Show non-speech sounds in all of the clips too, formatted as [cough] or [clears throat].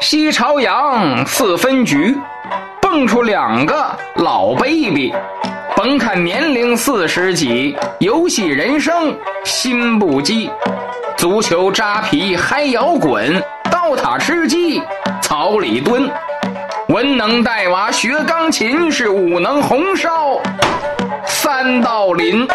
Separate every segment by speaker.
Speaker 1: 西朝阳四分局，蹦出两个老 baby。甭看年龄四十几，游戏人生心不羁。足球扎皮嗨摇滚，刀塔吃鸡草里蹲。文能带娃学钢琴，是武能红烧三道林。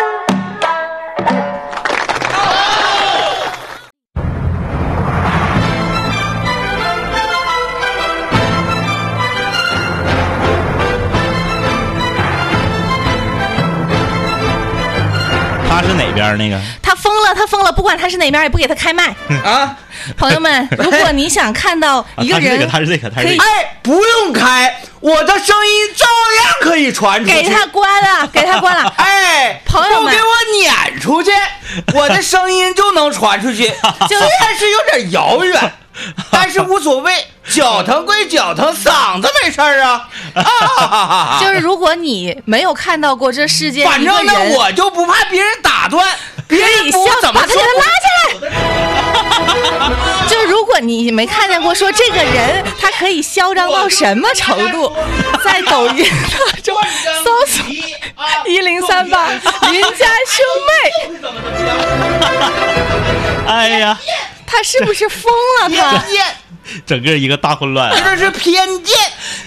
Speaker 2: 他是哪边儿那个？
Speaker 3: 他疯了，他疯了！不管他是哪面，也不给他开麦。
Speaker 2: 嗯
Speaker 4: 啊！
Speaker 3: 朋友
Speaker 2: [laughs]
Speaker 3: 们，如果你想看到
Speaker 2: 啊，
Speaker 3: 一个
Speaker 2: 他是这个，
Speaker 3: 人
Speaker 2: 他是这个，他是
Speaker 3: 可
Speaker 2: 这
Speaker 3: 以
Speaker 2: 个。
Speaker 4: 哎，不用开，我的声音照样可以传出去。
Speaker 3: 给他关
Speaker 2: [laughs]
Speaker 3: 了，给他关了。
Speaker 4: 哎，
Speaker 3: 朋友
Speaker 4: 不
Speaker 3: 们
Speaker 4: 给我撵出去，我的声音就能传
Speaker 3: [laughs]
Speaker 4: 出去。
Speaker 3: 就
Speaker 4: 虽然是有点遥远，但是无所谓，脚疼归脚疼，嗓子没事儿啊。啊哈哈哈哈
Speaker 3: 就是如果你没有看到过这世界
Speaker 4: 反
Speaker 3: 一个
Speaker 4: 正呢，
Speaker 3: 人，
Speaker 4: 我就不怕别人打断，别
Speaker 3: 可以
Speaker 4: 人
Speaker 3: 笑
Speaker 4: 不怎
Speaker 3: 把
Speaker 4: 么
Speaker 3: 他给
Speaker 4: 说。
Speaker 3: 他拉起来。 [laughs] 就如果你没看见过，说这个人他可以嚣张到什么程度，在抖
Speaker 2: [laughs]
Speaker 3: 音当中搜索一零三八邻家兄妹，
Speaker 2: 哎呀，
Speaker 3: 他是不是疯了？他
Speaker 4: 偏
Speaker 3: [laughs]
Speaker 4: 见，
Speaker 2: 整个一个大混乱。啊
Speaker 4: 这是偏见。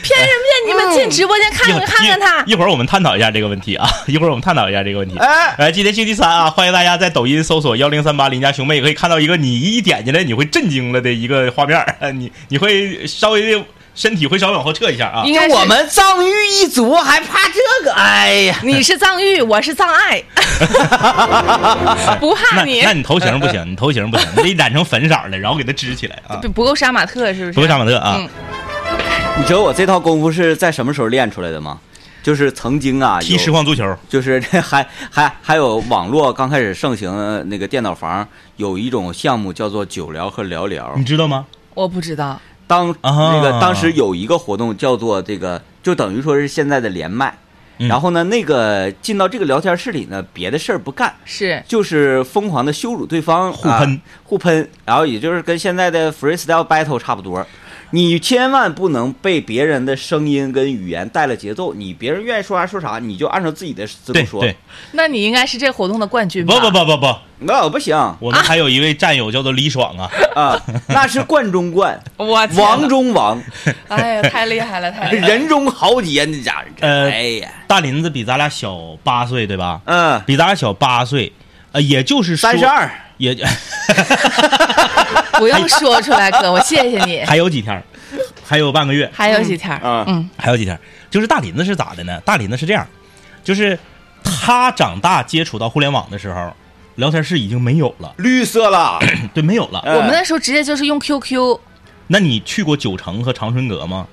Speaker 3: 骗人骗！你们进直播间看
Speaker 2: 一会
Speaker 3: 看
Speaker 2: 儿
Speaker 3: 看看他
Speaker 2: 一。一会儿我们探讨一下这个问题啊， [laughs] 一会儿我们探讨一下这个问题。
Speaker 4: 哎
Speaker 2: 来，今天星期三啊，欢迎大家在抖音搜索幺零三八邻家兄妹，可以看到一个你一点进来你会震惊了的一个画面儿， [laughs] 呃你你会稍微的身体会稍微往后撤一下啊。
Speaker 3: 应该是
Speaker 4: 我们藏玉一族还怕这个？哎呀，
Speaker 3: 你是藏玉，我是藏爱，不怕
Speaker 2: 那
Speaker 3: 你
Speaker 2: 那你头型不行，
Speaker 3: [laughs]
Speaker 2: 你头型不行，你得染成粉色儿的，然后给它支起来啊。
Speaker 3: 不不够杀马特是不是？
Speaker 2: 不过杀马特啊，
Speaker 3: 嗯
Speaker 5: 你知道我这套功夫是在什么时候练出来的吗？就是曾经啊，
Speaker 2: 踢
Speaker 5: 有
Speaker 2: 实况足球，
Speaker 5: 就是 [laughs] 这还还还有网络刚开始盛行呃那个电脑房，有一种项目叫做九聊和聊聊
Speaker 2: 你。知道吗？
Speaker 3: 我不知道，
Speaker 5: 当
Speaker 2: 嗯啊
Speaker 5: 那个当时有一个活动叫做这个，就等于说是现在的连麦。
Speaker 2: 嗯
Speaker 5: 然后呢，那个进到这个聊天室里呢，别的事儿不干，
Speaker 3: 是
Speaker 5: 就是疯狂的羞辱对方，
Speaker 2: 互喷
Speaker 5: 啊互喷，然后也就是跟现在的 freestyle battle 差不多。你千万不能被别人的声音跟语言带了节奏，你别人愿意说啥说啥，你就按照自己的思
Speaker 2: 对
Speaker 5: 路说。
Speaker 2: 对，
Speaker 3: 那你应该是这活动的冠军吧？
Speaker 2: 不不，不不不，
Speaker 5: 那我不
Speaker 2: [laughs]
Speaker 5: 行啊，
Speaker 2: 我们还有一位战友叫做李爽啊，
Speaker 5: 那是冠
Speaker 2: [laughs]
Speaker 5: 中冠，
Speaker 3: 我天哪
Speaker 5: 王，中王，
Speaker 3: 哎呀，太厉害了，太厉
Speaker 5: [laughs]
Speaker 3: 害了！
Speaker 5: 人中豪杰，那家伙，
Speaker 2: 呃
Speaker 5: 哎呀，
Speaker 2: 大林子比咱俩小八岁对吧？
Speaker 5: 嗯，
Speaker 2: 比咱俩小八岁，呃，也就是说
Speaker 5: 三十，二，
Speaker 2: 也 [laughs] 就
Speaker 3: 不用说出来，哥，我谢
Speaker 2: [laughs]
Speaker 3: 谢你。
Speaker 2: 还有几天儿，还有半个月，
Speaker 3: 还有几天儿，
Speaker 5: 啊
Speaker 3: 嗯，
Speaker 2: 还有几天儿。就是大林子是咋的呢？大林子是这样，就是他长大接触到互联网的时候，聊天室已经没有了， [clears throat]
Speaker 5: 绿色了，
Speaker 2: 对，没有了。
Speaker 5: 哎
Speaker 3: 我们那时候直接就是用 QQ，
Speaker 2: 那你去过九城和长春阁吗？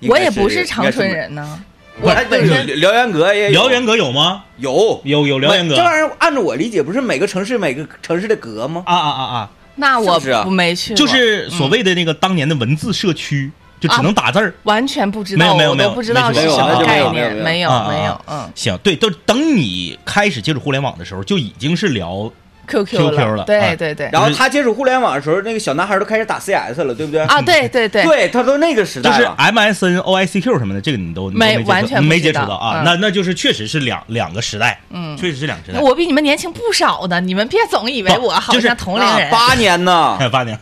Speaker 5: 应
Speaker 3: 我
Speaker 5: 该
Speaker 3: 也不是长春，人呢，
Speaker 5: 应该是
Speaker 3: 我本身
Speaker 5: 有辽源阁也有
Speaker 2: 辽源阁有吗？
Speaker 5: 有
Speaker 2: 有有辽源阁
Speaker 5: 这玩意儿按照我理解，不是每个城市每个城市的阁吗？
Speaker 2: 啊啊啊啊！
Speaker 3: 那我
Speaker 5: 是不是啊
Speaker 3: 不没去过，
Speaker 2: 就是所谓的那个当年的文字社区，就只能打字儿。
Speaker 3: 完全不知
Speaker 2: 没有
Speaker 3: 道，
Speaker 2: 没有
Speaker 3: 我
Speaker 2: 没有
Speaker 3: 都不知道
Speaker 2: 没
Speaker 3: 是
Speaker 2: 去过
Speaker 3: 什么
Speaker 2: 啊
Speaker 3: 概
Speaker 5: 没有
Speaker 3: 念，没
Speaker 5: 没
Speaker 3: 有
Speaker 2: 啊
Speaker 3: 没有
Speaker 2: 啊，
Speaker 3: 嗯
Speaker 2: 行，对，就是等你开始接触互联网的时候，就已经是聊
Speaker 3: ，QQ
Speaker 2: QQ 了
Speaker 3: 对
Speaker 2: 啊
Speaker 3: 对对，
Speaker 5: 然后他接触互联网的时候，那个小男孩都开始打 CS 了，对不对？
Speaker 3: 啊，对对对，啊
Speaker 5: 对他都那个时
Speaker 2: 就
Speaker 5: 代
Speaker 2: 是
Speaker 5: 了。
Speaker 2: MSN、OICQ 什么的，这个你都你都没
Speaker 3: 没
Speaker 2: 接触
Speaker 3: 完全不
Speaker 2: 没
Speaker 3: 知
Speaker 2: 接触
Speaker 3: 道
Speaker 2: 到啊，
Speaker 3: 嗯
Speaker 2: 那那就是确实是两两个时代，
Speaker 3: 嗯
Speaker 2: 确实是两个时代。
Speaker 3: 我比你们年轻不少呢，你们别总以为我好
Speaker 2: 就是
Speaker 3: 像同龄人。
Speaker 5: 啊八年呢，
Speaker 2: [laughs] 哎，八年，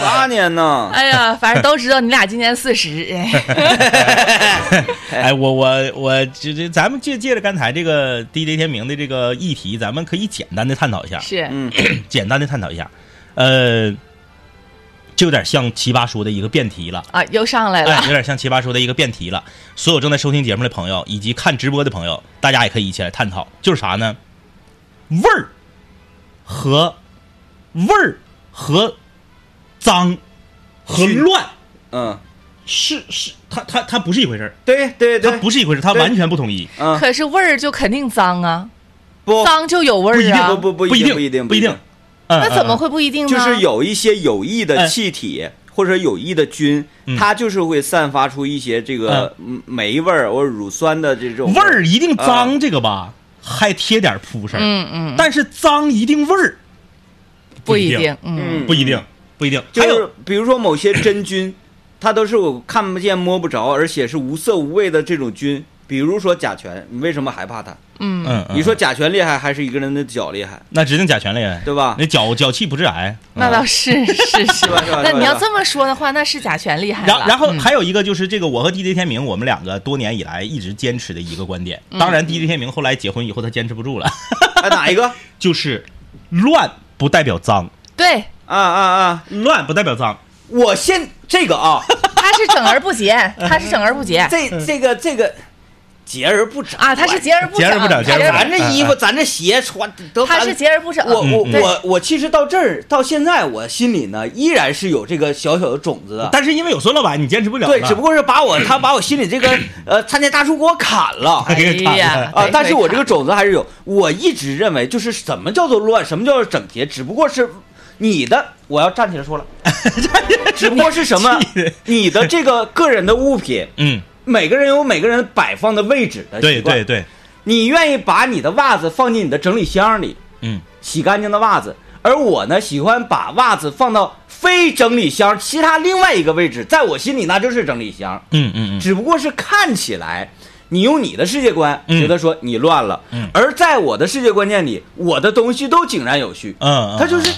Speaker 5: 八年呢，
Speaker 3: 哎呀，反正都知道你俩今年四十，哎
Speaker 2: 哎，我我我这这，咱们借借着刚才这个 DJ 天明的这个议题，咱们可以简单的探讨一下，
Speaker 3: 是
Speaker 5: 嗯，
Speaker 2: [clears throat] 简单的探讨一下，呃，就有点像奇葩说的一个辩题了。
Speaker 3: 啊，又上来
Speaker 2: 哎，
Speaker 3: 了。
Speaker 2: 有点像奇葩说的一个辩题了。所有正在收听节目的朋友，以及看直播的朋友，大家也可以一起来探讨，就是啥呢？味儿和味儿和脏和
Speaker 5: 虚
Speaker 2: 乱
Speaker 5: 嗯，
Speaker 2: 是是，它它它不是一回事儿，
Speaker 5: 对对
Speaker 2: 它
Speaker 5: 对，
Speaker 2: 不是一回事儿，它
Speaker 5: 对
Speaker 2: 完全不统一，
Speaker 5: 嗯，
Speaker 3: 可是味儿就肯定脏啊，
Speaker 5: 不
Speaker 3: 脏就有味
Speaker 2: 不一定，
Speaker 3: 儿啊。
Speaker 5: 哦不不
Speaker 2: 不
Speaker 5: 一定
Speaker 2: 不
Speaker 5: 不一定
Speaker 2: 不
Speaker 5: 不
Speaker 2: 一
Speaker 5: 一定
Speaker 2: 定。嗯
Speaker 3: 那
Speaker 2: 嗯
Speaker 3: 怎么
Speaker 2: 嗯
Speaker 3: 会不一定呢？
Speaker 5: 就是有一些有益
Speaker 2: 哎
Speaker 5: 的气体或者有益的菌
Speaker 2: 嗯，
Speaker 5: 它就是会散发出一些这个嗯霉味儿或者乳酸的这种
Speaker 2: 嗯
Speaker 5: 嗯
Speaker 2: 味儿一定脏这个吧，还贴点儿铺声儿，
Speaker 3: 嗯嗯，
Speaker 2: 但是脏一定味儿，
Speaker 3: 不
Speaker 2: 一
Speaker 3: 一定，嗯，
Speaker 5: 嗯
Speaker 2: 不一定，不一定。
Speaker 5: 就
Speaker 2: 还有
Speaker 5: 是比如说某些真菌， [clears throat] 他都是我看不见摸不着，而且是无色无味的这种菌。比如说甲醛，你为什么害怕它？
Speaker 3: 嗯，
Speaker 2: 嗯，嗯
Speaker 5: 你说甲醛厉害还是一个人的脚厉害，
Speaker 2: 那指定甲醛厉害，
Speaker 5: 对吧？
Speaker 2: 那脚脚气不致癌。
Speaker 3: 那
Speaker 2: 嗯
Speaker 3: 倒是是是
Speaker 5: 是吧是吧。
Speaker 3: 那
Speaker 5: 是吧
Speaker 3: 你要
Speaker 5: 是吧
Speaker 3: 这么说的话，那是甲醛厉害
Speaker 2: 然
Speaker 3: 了
Speaker 2: 然后
Speaker 3: 嗯
Speaker 2: 还有一个就是这个，我和 DJ 天明，我们两个多年以来一直坚持的一个观点。
Speaker 3: 嗯
Speaker 2: 当然，DJ 天明后来结婚以后，他坚持不住了，
Speaker 5: 哎哪一个？
Speaker 2: 就是乱不代表脏，
Speaker 3: 对，
Speaker 5: 啊啊啊！
Speaker 2: 乱不代表脏。
Speaker 5: 我先这
Speaker 2: [laughs]
Speaker 5: 个啊，
Speaker 3: 他是整而不洁，他是整而不洁
Speaker 5: [laughs] 这这个这个节而不长
Speaker 3: 啊，他是。节而不
Speaker 2: 节而不整
Speaker 3: 整，
Speaker 2: 节而不
Speaker 3: 他是
Speaker 2: 整
Speaker 5: 咱这衣服，咱这鞋穿，都
Speaker 3: 他是
Speaker 5: 咱
Speaker 3: 节而不整。
Speaker 5: 我我
Speaker 2: 嗯
Speaker 3: 嗯
Speaker 5: 我我其实到这儿到现在，我心里呢依然是有这个小小的种子
Speaker 3: 啊
Speaker 5: 啊的。
Speaker 2: 但是因为有孙老板，你坚持不了了。
Speaker 5: 对，只不过是把我他把我心里这个呃参见大叔给我砍了
Speaker 2: 哎呀哎
Speaker 5: 啊！但是我这个种子还是有。我一直认为，就是什么叫做乱，什么叫做整洁，只不过是你的，我要站起来说了，
Speaker 2: [laughs]
Speaker 5: 只不过是什么，你的这个个人的物品，
Speaker 2: 嗯，
Speaker 5: 每个人有每个人摆放的位置的习
Speaker 2: 对
Speaker 5: 惯。
Speaker 2: 对对，
Speaker 5: 你愿意把你的袜子放进你的整理箱里，
Speaker 2: 嗯，
Speaker 5: 洗干净的袜子，而我呢，喜欢把袜子放到非整理箱其他另外一个位置，在我心里那就是整理箱，
Speaker 2: 嗯嗯嗯，
Speaker 5: 只不过是看起来。你用你的世界观
Speaker 2: 嗯
Speaker 5: 觉得说你乱了，
Speaker 2: 嗯
Speaker 5: 而在我的世界观念里，我的东西都井然有序，
Speaker 2: 嗯，
Speaker 5: 他就是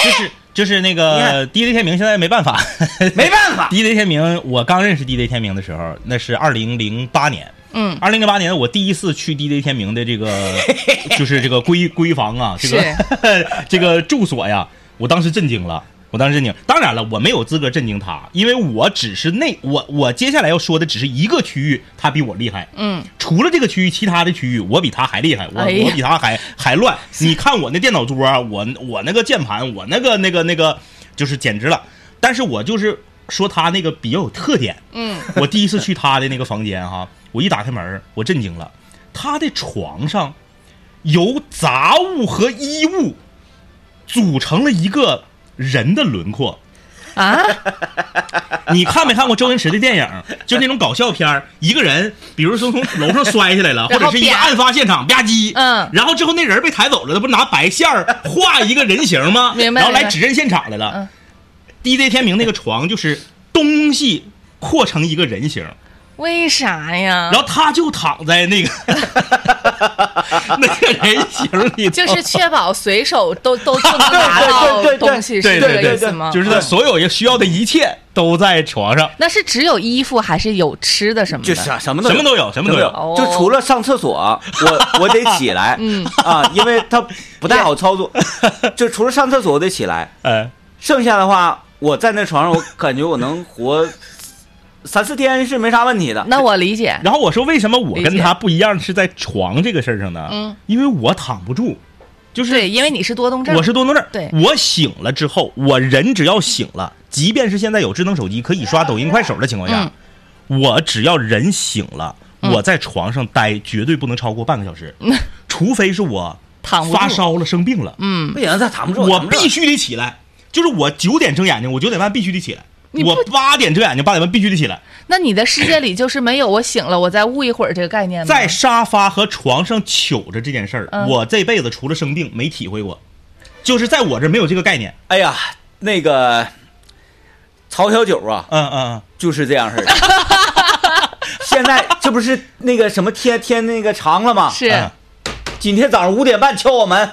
Speaker 2: 就是就是那
Speaker 5: 你
Speaker 2: 个
Speaker 5: 看
Speaker 2: DJ 天明，现在没办法。 [laughs]
Speaker 5: 没办法。
Speaker 2: DJ 天明，我刚认识 DJ 天明的时候，那是二零零八年。
Speaker 3: 嗯，
Speaker 2: 二零零八年我第一次去 DJ 天明的这个就是这个闺闺房啊，这个 [laughs] 这个住所呀，我当时震惊了。我当时震惊，当然了，我没有资格震惊他，因为我只是那我我接下来要说的只是一个区域，他比我厉害。
Speaker 3: 嗯，
Speaker 2: 除了这个区域，其他的区域我比他还厉害，我、
Speaker 3: 哎呀
Speaker 2: 我比他还还
Speaker 3: [laughs]
Speaker 2: 乱。你看我那电脑桌啊，我我那个键盘，我那个那个那个，就是简直了。但是我就是说他那个比较有特点。
Speaker 3: 嗯，
Speaker 2: 我第一次去他的那个房间哈， [laughs] 我一打开门，我震惊了，他的床上由杂物和衣物组成了一个人的轮廓。
Speaker 3: 啊， [laughs]
Speaker 2: 你看没看过周星驰的电影？就那种搞笑片儿一个人，比如说从楼上摔下来了，或
Speaker 3: [laughs] 然后
Speaker 2: 者是一个
Speaker 3: 啪
Speaker 2: 案发现场吧唧，
Speaker 3: 嗯
Speaker 2: 然后之后那人被抬走了，他不拿白线儿画一个人形吗？
Speaker 3: [laughs] 明白
Speaker 2: 然后来
Speaker 3: 明白
Speaker 2: 指认现场来了
Speaker 3: 嗯。
Speaker 2: DJ 天明那个床就是东西扩成一个人形，
Speaker 3: 为啥呀
Speaker 2: 然？后他就躺在那个
Speaker 3: [laughs]
Speaker 2: 那个人形里头，
Speaker 3: [laughs] 就是确保随手都都就能拿到
Speaker 5: 对对对对
Speaker 3: 东西，
Speaker 2: 对
Speaker 3: 是这
Speaker 2: 对
Speaker 3: 个
Speaker 2: 对
Speaker 3: 意思吗？嗯
Speaker 2: 就是他所有需要的一切都在床上，
Speaker 3: 那是只有衣服还是有吃的什么
Speaker 5: 就
Speaker 3: 的？
Speaker 5: 啥什么都
Speaker 2: 什么都有，什么都有。
Speaker 3: 哦
Speaker 5: 就除了上厕所，
Speaker 2: [laughs]
Speaker 5: 我我得起来，
Speaker 3: 嗯
Speaker 5: 啊，因为它不太好操作。
Speaker 2: [laughs]
Speaker 5: 就除了上厕所，我得起来。
Speaker 2: 哎，
Speaker 5: 剩下的话，我在那床上，我感觉我能活三四天是没啥问题的。
Speaker 3: 那我理解，
Speaker 2: 然后我说为什么我跟
Speaker 3: 理解
Speaker 2: 他不一样是在床这个事儿上呢？
Speaker 3: 嗯，
Speaker 2: 因为我躺不住，就是
Speaker 3: 对，因为你是多动症，
Speaker 2: 我是多动症。
Speaker 3: 对
Speaker 2: 我醒了之后，我人只要醒了，即便是现在有智能手机可以刷抖音、快手的情况下，我只要人醒了，
Speaker 3: 嗯
Speaker 2: 我在床上待绝对不能超过半个小时，除非是我
Speaker 3: 躺不住
Speaker 2: 发烧了、生病了，
Speaker 3: 嗯，
Speaker 5: 不行，他躺不住，
Speaker 2: 我
Speaker 5: 躺不住
Speaker 2: 必须得起来。就是我九点睁眼睛，我九点半必须得起来。
Speaker 3: 你不
Speaker 2: 我八点睁眼睛，八点半必须得起来。
Speaker 3: 那你的世界里就是没有我醒了，我再悟一会儿这个概念吗？
Speaker 2: 在沙发和床上糗着这件事儿，
Speaker 3: 嗯
Speaker 2: 我这辈子除了生病没体会过，就是在我这没有这个概念。
Speaker 5: 哎呀，那个曹小九啊，
Speaker 2: 嗯嗯
Speaker 5: 就是这样式
Speaker 2: [laughs]
Speaker 5: 的。现在这不是那个什么天天那个长了吗？
Speaker 3: 是
Speaker 2: 嗯
Speaker 5: 今天早上五点半敲
Speaker 2: [laughs]
Speaker 5: 我门，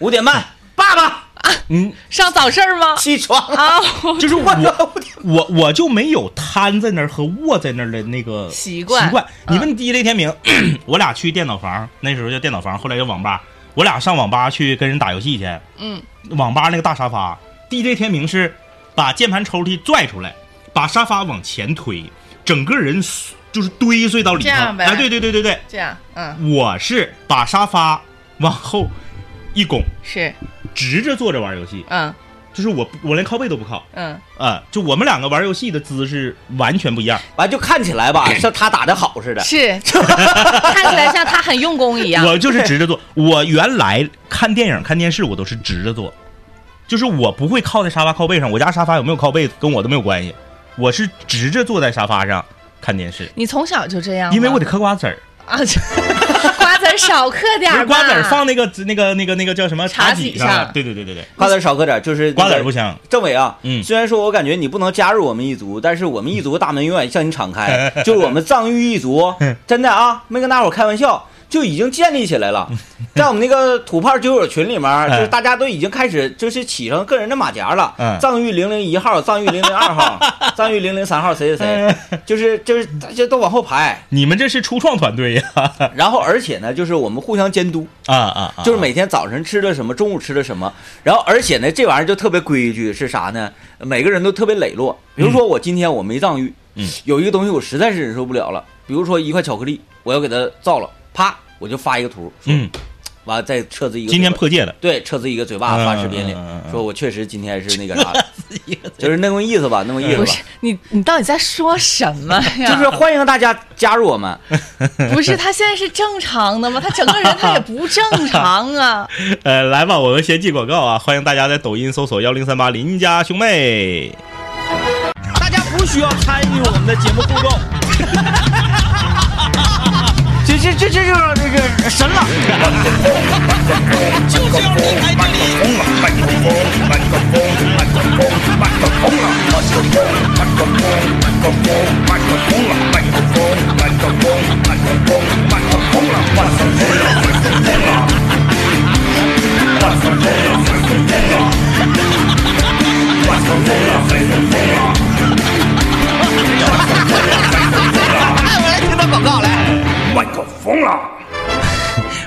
Speaker 5: 五点半，爸爸
Speaker 2: 嗯，
Speaker 3: 上早市儿吗？
Speaker 5: 起床了。
Speaker 3: 啊，
Speaker 2: 就是我
Speaker 5: 我
Speaker 2: 我我就没有瘫在那儿和卧在那儿的那个
Speaker 3: 习惯
Speaker 2: 习惯。
Speaker 3: 嗯
Speaker 2: 你问第一雷天明， [clears throat] 我俩去电脑房，那时候叫电脑房，后来叫网吧。我俩上网吧去跟人打游戏去，
Speaker 3: 嗯，
Speaker 2: 网吧那个大沙发，DJ 天明是把键盘抽屉拽出来，把沙发往前推，整个人就是堆碎到里头。
Speaker 3: 这样呗
Speaker 2: 哎，对对对对对，
Speaker 3: 这样，嗯，
Speaker 2: 我是把沙发往后一拱，
Speaker 3: 是，
Speaker 2: 直着坐着玩游戏，
Speaker 3: 嗯
Speaker 2: 就是我我连靠背都不靠，
Speaker 3: 嗯，
Speaker 2: 啊、就我们两个玩游戏的姿势完全不一样。
Speaker 5: [laughs] 完就看起来吧，像他打的好似的。
Speaker 3: 是，看起来像他很用功一样，
Speaker 2: 我就是直着
Speaker 3: [laughs]
Speaker 2: 坐，我原来看电影、看电视我都是直着坐，就是我不会靠在沙发靠背上，我家沙发有没有靠背跟我都没有关系，我是直着坐在沙发上看电视，
Speaker 3: 你从小就这样吗，
Speaker 2: 因为我得嗑瓜子儿。
Speaker 3: 啊，这 [laughs] 瓜子儿少嗑点
Speaker 2: 不
Speaker 3: 儿吧。
Speaker 2: 是瓜子儿放那个那个那个那个叫什么
Speaker 3: 茶几
Speaker 2: 几
Speaker 3: 上
Speaker 2: 上？对对对对对，
Speaker 5: 瓜子儿少嗑点儿，就是
Speaker 2: 瓜子儿不。香。
Speaker 5: 政委啊，
Speaker 2: 嗯
Speaker 5: 虽然说我感觉你不能加入我们一族，但是我们一族大门永远向你敞
Speaker 2: [laughs]
Speaker 5: 开。就是我们藏域一族，真的啊，没跟大伙儿开玩笑，就已经建立起来
Speaker 2: 嗯
Speaker 5: 了。在我们那个土炮酒友群里面，就是大家都已经开始就是起上个人的马甲了。
Speaker 2: 嗯
Speaker 5: 藏域零零一号、藏域零零
Speaker 2: [laughs]
Speaker 5: 二号、藏域零零三号，谁谁谁，就是就是大家都往后排。
Speaker 2: 你们这是初创团队呀？
Speaker 5: 然后而且呢，就是我们互相监督。
Speaker 2: 啊啊啊！
Speaker 5: 就是每天早晨吃了什么，中午吃了什么，然后而且呢，这玩意儿就特别规矩，是啥呢？每个人都特别磊落。比如说我今天我没藏玉，
Speaker 2: 嗯，
Speaker 5: 有一个东西我实在是忍受不了了，比如说一块巧克力，我要给它造了，啪，我就发一个图，说
Speaker 2: 嗯，
Speaker 5: 完了再撤资一个嘴巴，
Speaker 2: 今天破戒了。
Speaker 5: 对撤资一个嘴巴发视频里
Speaker 2: 嗯嗯嗯嗯，嗯
Speaker 5: 说我确实今天是那个啥，就是那么意思吧，那么意思
Speaker 3: 不
Speaker 5: 吧
Speaker 3: 是。你，你到底在说什么呀？
Speaker 5: [laughs] 就是欢迎大家加入我们，
Speaker 3: 不是他现在是正常的吗？他整个人他也不正常啊！
Speaker 2: 呃，来吧，我们先进广告啊！欢迎大家在抖音搜索幺零三八邻家兄妹。
Speaker 5: 大家不需要参与我们的节目互动。这这这这就是这个神了。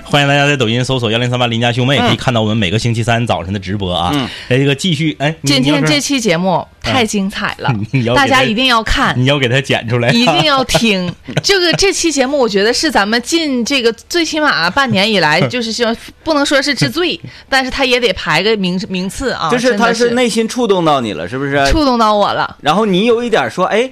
Speaker 2: 欢迎大家在抖音搜索幺零三八邻家兄妹，可以看到我们每个星期三早晨的直播啊。来这个继续，哎，你
Speaker 3: 今
Speaker 2: 你要
Speaker 3: 天
Speaker 2: 说
Speaker 3: 这期节目太精彩了
Speaker 2: 你要，给
Speaker 3: 大家
Speaker 2: 他
Speaker 3: 一定要看。
Speaker 2: 你要给它剪出来， [laughs] 哎
Speaker 3: 一定要听这个这期节目，我觉得是咱们近这个最起码半年以来，就是希望不能说是治最，但是他也得排个名名次啊。
Speaker 5: 就是
Speaker 3: 真
Speaker 5: 他
Speaker 3: 的
Speaker 5: 是
Speaker 3: 是
Speaker 5: 内心触动到你了，是不是？
Speaker 3: 触动到我了，
Speaker 5: 然后你有一点说，哎，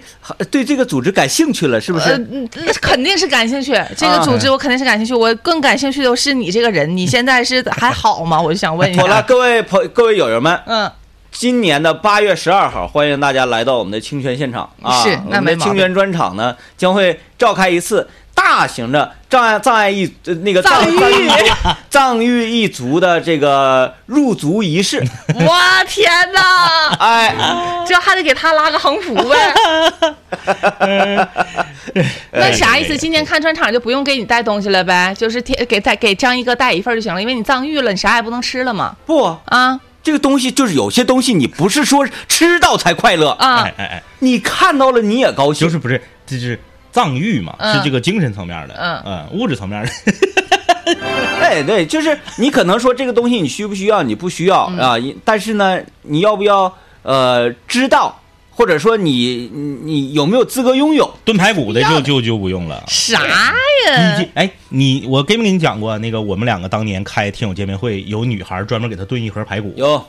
Speaker 5: 对这个组织感兴趣了，是不
Speaker 3: 呃
Speaker 5: 是？，
Speaker 3: 那肯定是感兴趣。这
Speaker 2: 啊
Speaker 3: 个组织我肯定是感兴趣，我更感兴趣的是你这个人，你现在是还好吗？我就想问一
Speaker 5: 好了，
Speaker 3: 下。
Speaker 5: 各位朋各位友友们，
Speaker 3: 嗯，
Speaker 5: 今年的八月十二号，欢迎大家来到我们的清泉现场啊！
Speaker 3: 是
Speaker 5: 我
Speaker 3: 那
Speaker 5: 们
Speaker 3: 没
Speaker 5: 的
Speaker 3: 毛病
Speaker 5: 清泉专场呢，将会召开一次大型的障碍障碍一呃那个
Speaker 3: 藏
Speaker 5: 藏
Speaker 3: 域
Speaker 5: 藏 [laughs] 域藏域一族的这个入族
Speaker 3: [laughs]
Speaker 5: 仪式。
Speaker 3: 我天哪，
Speaker 5: 哎，
Speaker 3: 这还得给他拉个横幅
Speaker 2: [laughs]
Speaker 3: 呗？
Speaker 2: 哎
Speaker 3: 那啥意思？今年看专场就不用给你带东西了呗？就是贴给带给张一哥带一份就行了，因为你藏玉了，你啥也不能吃了嘛。
Speaker 5: 不，
Speaker 3: 啊
Speaker 5: 这个东西就是有些东西你不是说吃到才快乐，
Speaker 3: 啊
Speaker 2: 哎，哎哎，
Speaker 5: 你看到了你也高兴。
Speaker 2: 就是不是，这是藏域嘛，
Speaker 3: 嗯
Speaker 2: 是这个精神层面的，
Speaker 3: 嗯
Speaker 2: 嗯，物质层面的， [laughs]
Speaker 5: 哎，对，就是你可能说这个东西你需不需要，你不需要啊，一但是呢，你要不要呃知道，或者说你你你有没有资格拥有？
Speaker 2: 炖排骨的就就就不用了。
Speaker 3: 啥
Speaker 2: 你
Speaker 3: 呀
Speaker 2: 这？哎，你我给没给你讲过那个我们两个当年开听友见面会，有女孩专门给他炖一盒排骨，
Speaker 5: 有，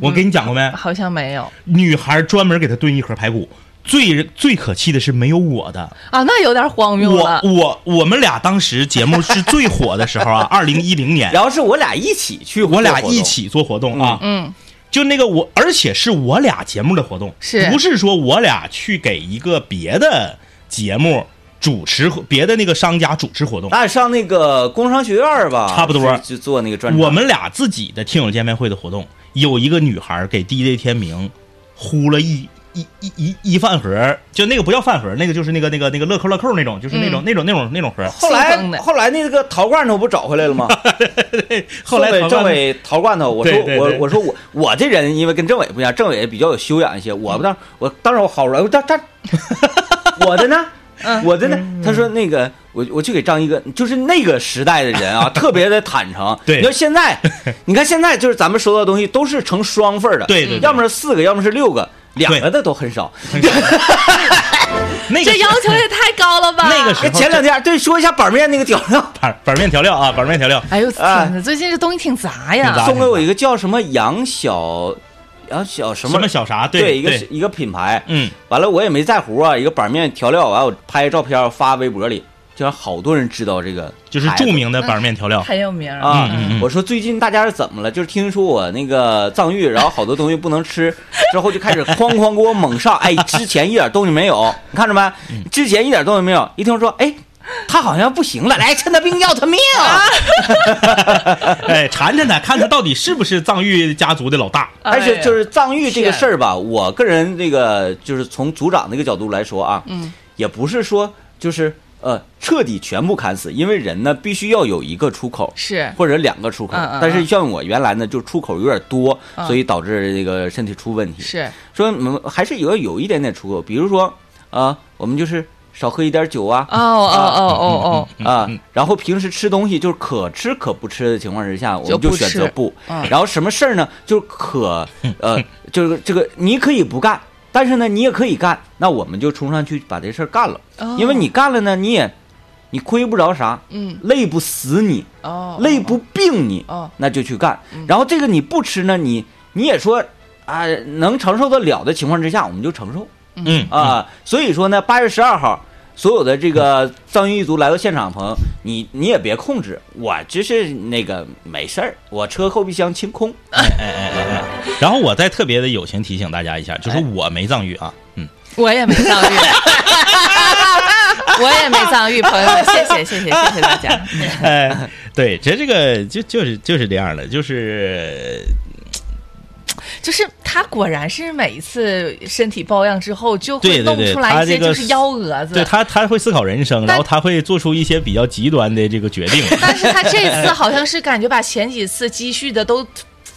Speaker 2: 我给你讲过没？
Speaker 3: 好像没有
Speaker 2: 女孩专门给他炖一盒排骨。最最可气的是没有我的，
Speaker 3: 啊，那有点荒谬
Speaker 2: 我
Speaker 3: 了。
Speaker 2: 我我们俩当时节目是最火的时候啊，二零一零年，
Speaker 5: 然后是我俩一起去，
Speaker 2: 我俩一，起做活动啊，
Speaker 3: 嗯，
Speaker 2: 就那个我，而且是我俩节目的活动，
Speaker 3: 是
Speaker 2: 不是说我俩去给一个别的节目主持别的那个商家主持活动？
Speaker 5: 咱俩上那个工商学院吧，
Speaker 2: 差不多
Speaker 5: 就做那个专场。
Speaker 2: 我们俩自己的听友见面会的活动，有一个女孩给 DJ 天明呼了一一一一一饭盒，就那个不叫饭盒，那个就是那个那个那个乐扣乐扣那种，就是那
Speaker 5: 嗯
Speaker 2: 种、那种那种那种盒。
Speaker 5: 后
Speaker 3: 信
Speaker 5: 来
Speaker 3: 封的
Speaker 5: 后来那个陶罐头不找回来了
Speaker 2: [laughs]
Speaker 5: 吗？
Speaker 2: 后来
Speaker 5: 送给
Speaker 2: 淘
Speaker 5: 政
Speaker 2: 宝
Speaker 5: 委陶罐头，我说
Speaker 2: 对对
Speaker 5: 我
Speaker 2: 对
Speaker 5: 我说我我这人因为跟政委不一样，政委比较有修养一些，我不当我当时我好软，我
Speaker 2: [laughs]
Speaker 5: 站站，我的呢。
Speaker 2: 嗯
Speaker 5: 我的呢？他说那个，我我去给张一哥，就是那个时代的
Speaker 2: [laughs]
Speaker 5: 人啊，特别的坦诚。
Speaker 2: 对
Speaker 5: 你说现在，你看现在就是咱们收到的东西都是成双份儿的，
Speaker 2: 对对对
Speaker 5: 要么是四个，要么是六个，两
Speaker 2: 对
Speaker 5: 个的都很少。
Speaker 2: 那个
Speaker 3: 这要求也太高了吧？
Speaker 2: 那个时候
Speaker 5: 前两天对说一下板面那个调料，
Speaker 2: 板板面调料啊，板面调料，
Speaker 3: 哎呦天哪，最近这东西挺杂
Speaker 2: 挺杂
Speaker 3: 呀。
Speaker 5: 送给我一个叫什么杨小杨小什
Speaker 2: 什
Speaker 5: 么
Speaker 2: 么小啥？
Speaker 5: 对
Speaker 2: 对
Speaker 5: 一个一个品牌，
Speaker 2: 嗯，
Speaker 5: 完了我也没在乎啊，一个板面调料，完我拍照片发微博里，就让好多人知道这个，
Speaker 2: 就是著名的板面调
Speaker 3: [laughs]
Speaker 2: 料。
Speaker 3: 很有名儿
Speaker 5: 啊。
Speaker 2: 嗯嗯嗯
Speaker 5: 我说最近大家是怎么了？就是听说我那个藏玉，然后好多东西不能吃，之后就开始哐哐给我猛上，哎，之前一点动静没有，你看着没？之前一点动静没有，一听说，哎，
Speaker 4: 他好像不行了，来趁他病要他命。
Speaker 2: 哎，缠缠他，看他到底是不是藏玉家族的老大。
Speaker 3: 哎
Speaker 5: 而且就是藏玉这个事儿吧，我个人那个就是从组长那个角度来说啊，嗯，也不是说就是呃彻底全部砍死，因为人呢必须要有一个出口，
Speaker 3: 是
Speaker 5: 或者两个出口
Speaker 3: 嗯嗯嗯。
Speaker 5: 但是像我原来呢，就出口有点多，
Speaker 3: 嗯
Speaker 5: 所以导致这个身体出问题。
Speaker 3: 是，
Speaker 5: 说嗯还是有有一点点出口，比如说啊，我们就是少喝一点酒啊，
Speaker 3: 哦哦哦哦
Speaker 2: 嗯
Speaker 5: 啊
Speaker 2: 嗯，
Speaker 5: 然后平时吃东西就是可吃可不吃的情况之下，我
Speaker 3: 就
Speaker 5: 们
Speaker 3: 不
Speaker 5: 就选择
Speaker 3: 吃
Speaker 5: 不
Speaker 3: 嗯。
Speaker 5: 然后什么事儿呢？就是
Speaker 3: [laughs]
Speaker 5: 可呃，就是这个你可以不干，但是呢你也可以干，那我们就冲上去把这事儿干了。
Speaker 3: 哦，
Speaker 5: 因为你干了呢，你也你亏不着啥，
Speaker 3: 嗯
Speaker 5: 累不死你，
Speaker 3: 哦
Speaker 5: 累不病你，
Speaker 3: 哦
Speaker 5: 那就去干。然后这个你不吃呢，你你也说啊、能承受得了的情况之下，我们就承受。
Speaker 2: 嗯
Speaker 5: 啊，所以说呢，八月十二号，所有的这个藏云一族来到现场的朋友，你你也别控制，我就是那个没事儿，我车后备箱清空，
Speaker 2: 然后我再特别的友情提醒大家一
Speaker 5: 哎
Speaker 2: 下，就是我没藏
Speaker 5: [laughs]
Speaker 2: 玉啊，嗯，
Speaker 3: 我也没藏玉， [laughs] 我也没藏玉，朋友们，谢谢谢谢谢谢大家，
Speaker 2: 哎，对，这这个就就是就是这样的，就是
Speaker 3: [laughs] 就是他果然是每一次身体抱恙之后就会
Speaker 2: 对对
Speaker 3: 弄
Speaker 2: 对
Speaker 3: 出来
Speaker 2: 他
Speaker 3: 一些
Speaker 2: 这个
Speaker 3: 就是幺蛾
Speaker 2: 对
Speaker 3: 子。
Speaker 2: 他他会思考人生，然后他会做出一些比较极端的这个决定。
Speaker 3: 但是他这次好像是感觉把前几次积蓄的都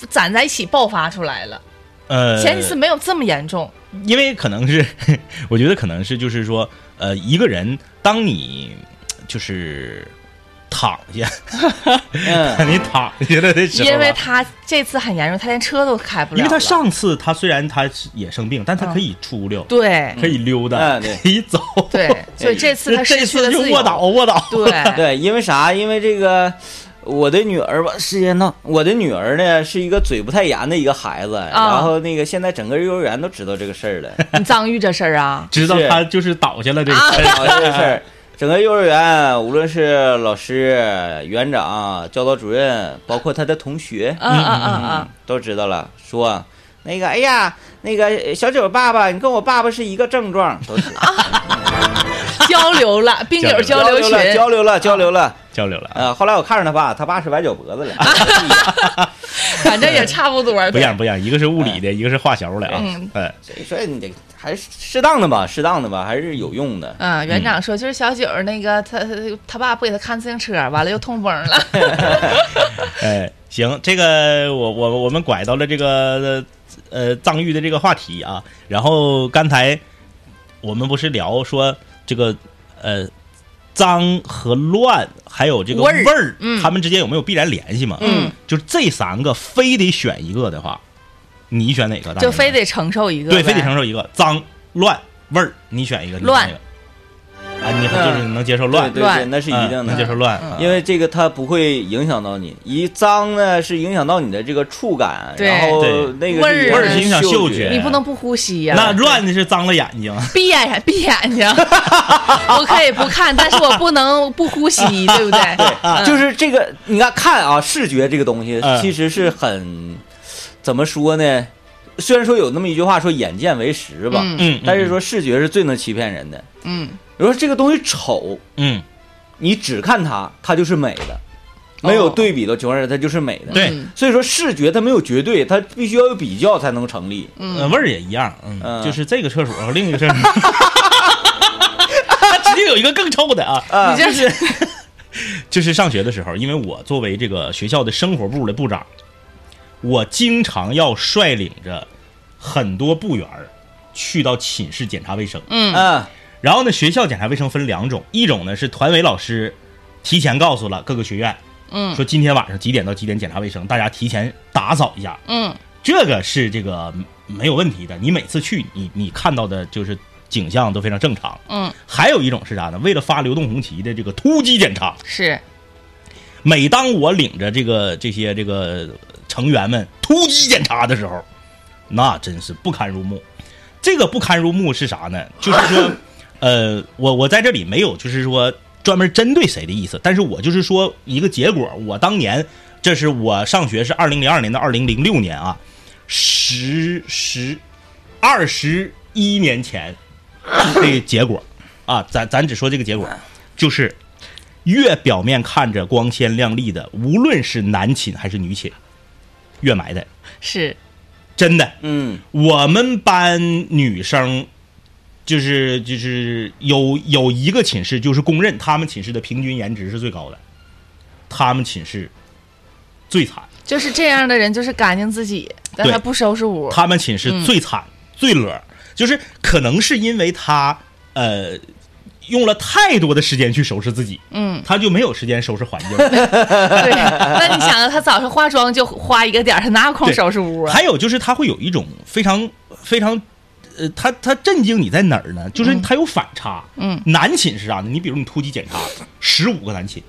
Speaker 3: 攒在一起爆发出来了，
Speaker 2: 呃，
Speaker 3: 前几次没有这么严重。
Speaker 2: 因为可能是， [laughs] 我觉得可能是就是说，呃，一个人当你就是躺下， [laughs]
Speaker 5: 嗯，
Speaker 2: 你躺下了的时候啊，
Speaker 3: 哦因为他这次很严重，他连车都开不了
Speaker 2: 因
Speaker 3: 了。嗯
Speaker 2: 为他上次他虽然他是也生病，但他可以出溜，
Speaker 3: 对
Speaker 2: 可以溜达， [laughs]
Speaker 5: 嗯对
Speaker 2: 可以走， [laughs]
Speaker 3: 对，所以这次他
Speaker 2: 这
Speaker 3: 失去了
Speaker 2: 次就
Speaker 3: 自
Speaker 2: 卧倒
Speaker 3: 由。
Speaker 2: 卧倒， [laughs]
Speaker 3: 对，
Speaker 5: 对，因为啥？因为这个。我的女儿吧，时间到。我的女儿呢是一个嘴不太严的一个孩子，然后那个现在整个幼儿园都知道这个事儿了，
Speaker 3: 你藏玉这事儿啊，
Speaker 2: 知道
Speaker 5: 是
Speaker 2: 他就是倒下了这个事
Speaker 5: 知
Speaker 2: 儿。
Speaker 5: 道哦这个事儿。整个幼儿园，无论是老师、园长、教导主任，包括他的同学，
Speaker 3: 嗯嗯嗯嗯，
Speaker 5: 都知道了，说那个，哎呀，那个小九爸爸，你跟我爸爸是一个症状，都是
Speaker 3: 交流了，病友
Speaker 2: 交
Speaker 3: 流
Speaker 5: 流了，
Speaker 3: 群，
Speaker 5: 交流了，交流了。
Speaker 2: 交流
Speaker 3: [laughs]
Speaker 2: 了啊，
Speaker 5: 呃，后来我看上他爸，他爸是崴脚脖子了，
Speaker 3: 反正也差不多。
Speaker 2: 不一样不一样，一个是物理的，一个是化学的啊
Speaker 3: 嗯。
Speaker 2: 哎，
Speaker 5: 所以说你得还是适当的吧，适当的吧，还是有用的。
Speaker 3: 嗯，园长说就是小九儿那个他他他爸不给他看自行车，完了又痛风了。
Speaker 2: [laughs] 哎，行，这个我我我们拐到了这个呃藏玉的这个话题啊，然后刚才我们不是聊说这个呃脏和乱，还有这个
Speaker 3: 味
Speaker 2: 味
Speaker 3: 儿
Speaker 2: 儿，
Speaker 3: 嗯
Speaker 2: 他们之间有没有必然联系嘛？
Speaker 3: 嗯，
Speaker 2: 就是这三个非得选一个的话，你选哪个？大明
Speaker 3: 就非得承受一个呗，
Speaker 2: 对，非得承受一个脏乱味儿，你选一个，你选
Speaker 3: 乱
Speaker 2: 一个啊，你就是能接受乱，
Speaker 5: 嗯对对对，
Speaker 3: 乱
Speaker 5: 那是一定
Speaker 2: 能
Speaker 5: 的嗯
Speaker 2: 接。受乱，啊
Speaker 5: 因为这个它不会影响到你，一脏呢是影响到你的这个触感，
Speaker 3: 对
Speaker 5: 然后
Speaker 2: 对
Speaker 5: 那
Speaker 3: 味
Speaker 5: 个
Speaker 3: 儿
Speaker 5: 是
Speaker 3: 味儿是
Speaker 2: 影响嗅
Speaker 5: 嗅
Speaker 2: 觉
Speaker 3: 你不能不呼吸呀、
Speaker 5: 嗯
Speaker 2: 那乱的是脏了眼睛。
Speaker 3: 闭眼闭眼睛，我可以不看，但是我不能不呼吸，对不对？嗯
Speaker 5: 啊就是这个，你看看啊，视觉这个东西
Speaker 2: 嗯
Speaker 5: 其实是很怎么说呢？虽然说有那么一句话说“眼见为实”吧，
Speaker 3: 嗯
Speaker 2: 嗯，
Speaker 5: 但是说视觉是最能欺骗人的。
Speaker 3: 嗯，
Speaker 5: 如果这个东西丑，
Speaker 2: 嗯，
Speaker 5: 你只看它，它就是美的；
Speaker 3: 哦
Speaker 5: 没有对比的情况下，它就是美的。
Speaker 2: 对，
Speaker 3: 嗯
Speaker 5: 所以说视觉它没有绝对，它必须要有比较才能成立。
Speaker 2: 呃味儿也一样，嗯，
Speaker 5: 嗯
Speaker 2: 就是这个厕所和另一个 [laughs] 厕所，它直接有一个更臭的啊。
Speaker 5: 啊
Speaker 3: 你，这是
Speaker 2: [laughs] 就是上学的时候，因为我作为这个学校的生活部的部长，我经常要率领着很多部员儿去到寝室检查卫生。
Speaker 5: 嗯，
Speaker 2: 然后呢，学校检查卫生分两种，一种呢是团委老师提前告诉了各个学院，嗯，说今天晚上几点到几点检查卫生，大家提前打扫一下，
Speaker 3: 嗯，
Speaker 2: 这个是这个没有问题的。你每次去，你你看到的就是景象都非常正常，
Speaker 3: 嗯。
Speaker 2: 还有一种是啥呢？为了发流动红旗的这个突击检查，
Speaker 3: 是
Speaker 2: 每当我领着这个这些这个成员们突击检查的时候，那真是不堪入目。这个不堪入目是啥呢？就是说，呃，我我在这里没有就是说专门针对谁的意思，但是我就是说一个结果。我当年这是我上学是二零零二年到二零零六年啊，十十二十一年前的结果啊，咱咱只说这个结果，就是越表面看着光鲜亮丽的，无论是男寝还是女寝，越埋汰。
Speaker 3: 是
Speaker 2: 真的，
Speaker 5: 嗯，。
Speaker 2: 我们班女生就是就是有有一个寝室就是公认，他们寝室的平均颜值是最高的，他们寝室最惨，
Speaker 3: 就是这样的人，就是赶净自己，但
Speaker 2: 对
Speaker 3: 他不收拾屋。
Speaker 2: 他们寝室最惨、最乐儿，就是可能是因为他呃用了太多的时间去收拾自己，
Speaker 3: 嗯，
Speaker 2: 他就没有时间收拾环境。
Speaker 3: 对。那你想，他早上化妆就花一个点儿，他哪有空
Speaker 2: 对
Speaker 3: 收拾屋啊？
Speaker 2: 还有就是他会有一种非常非常，呃，他他震惊你在哪儿呢？就是他有反差。
Speaker 3: 嗯，
Speaker 2: 男寝是啥呢？你比如你突击检查，十五个男寝，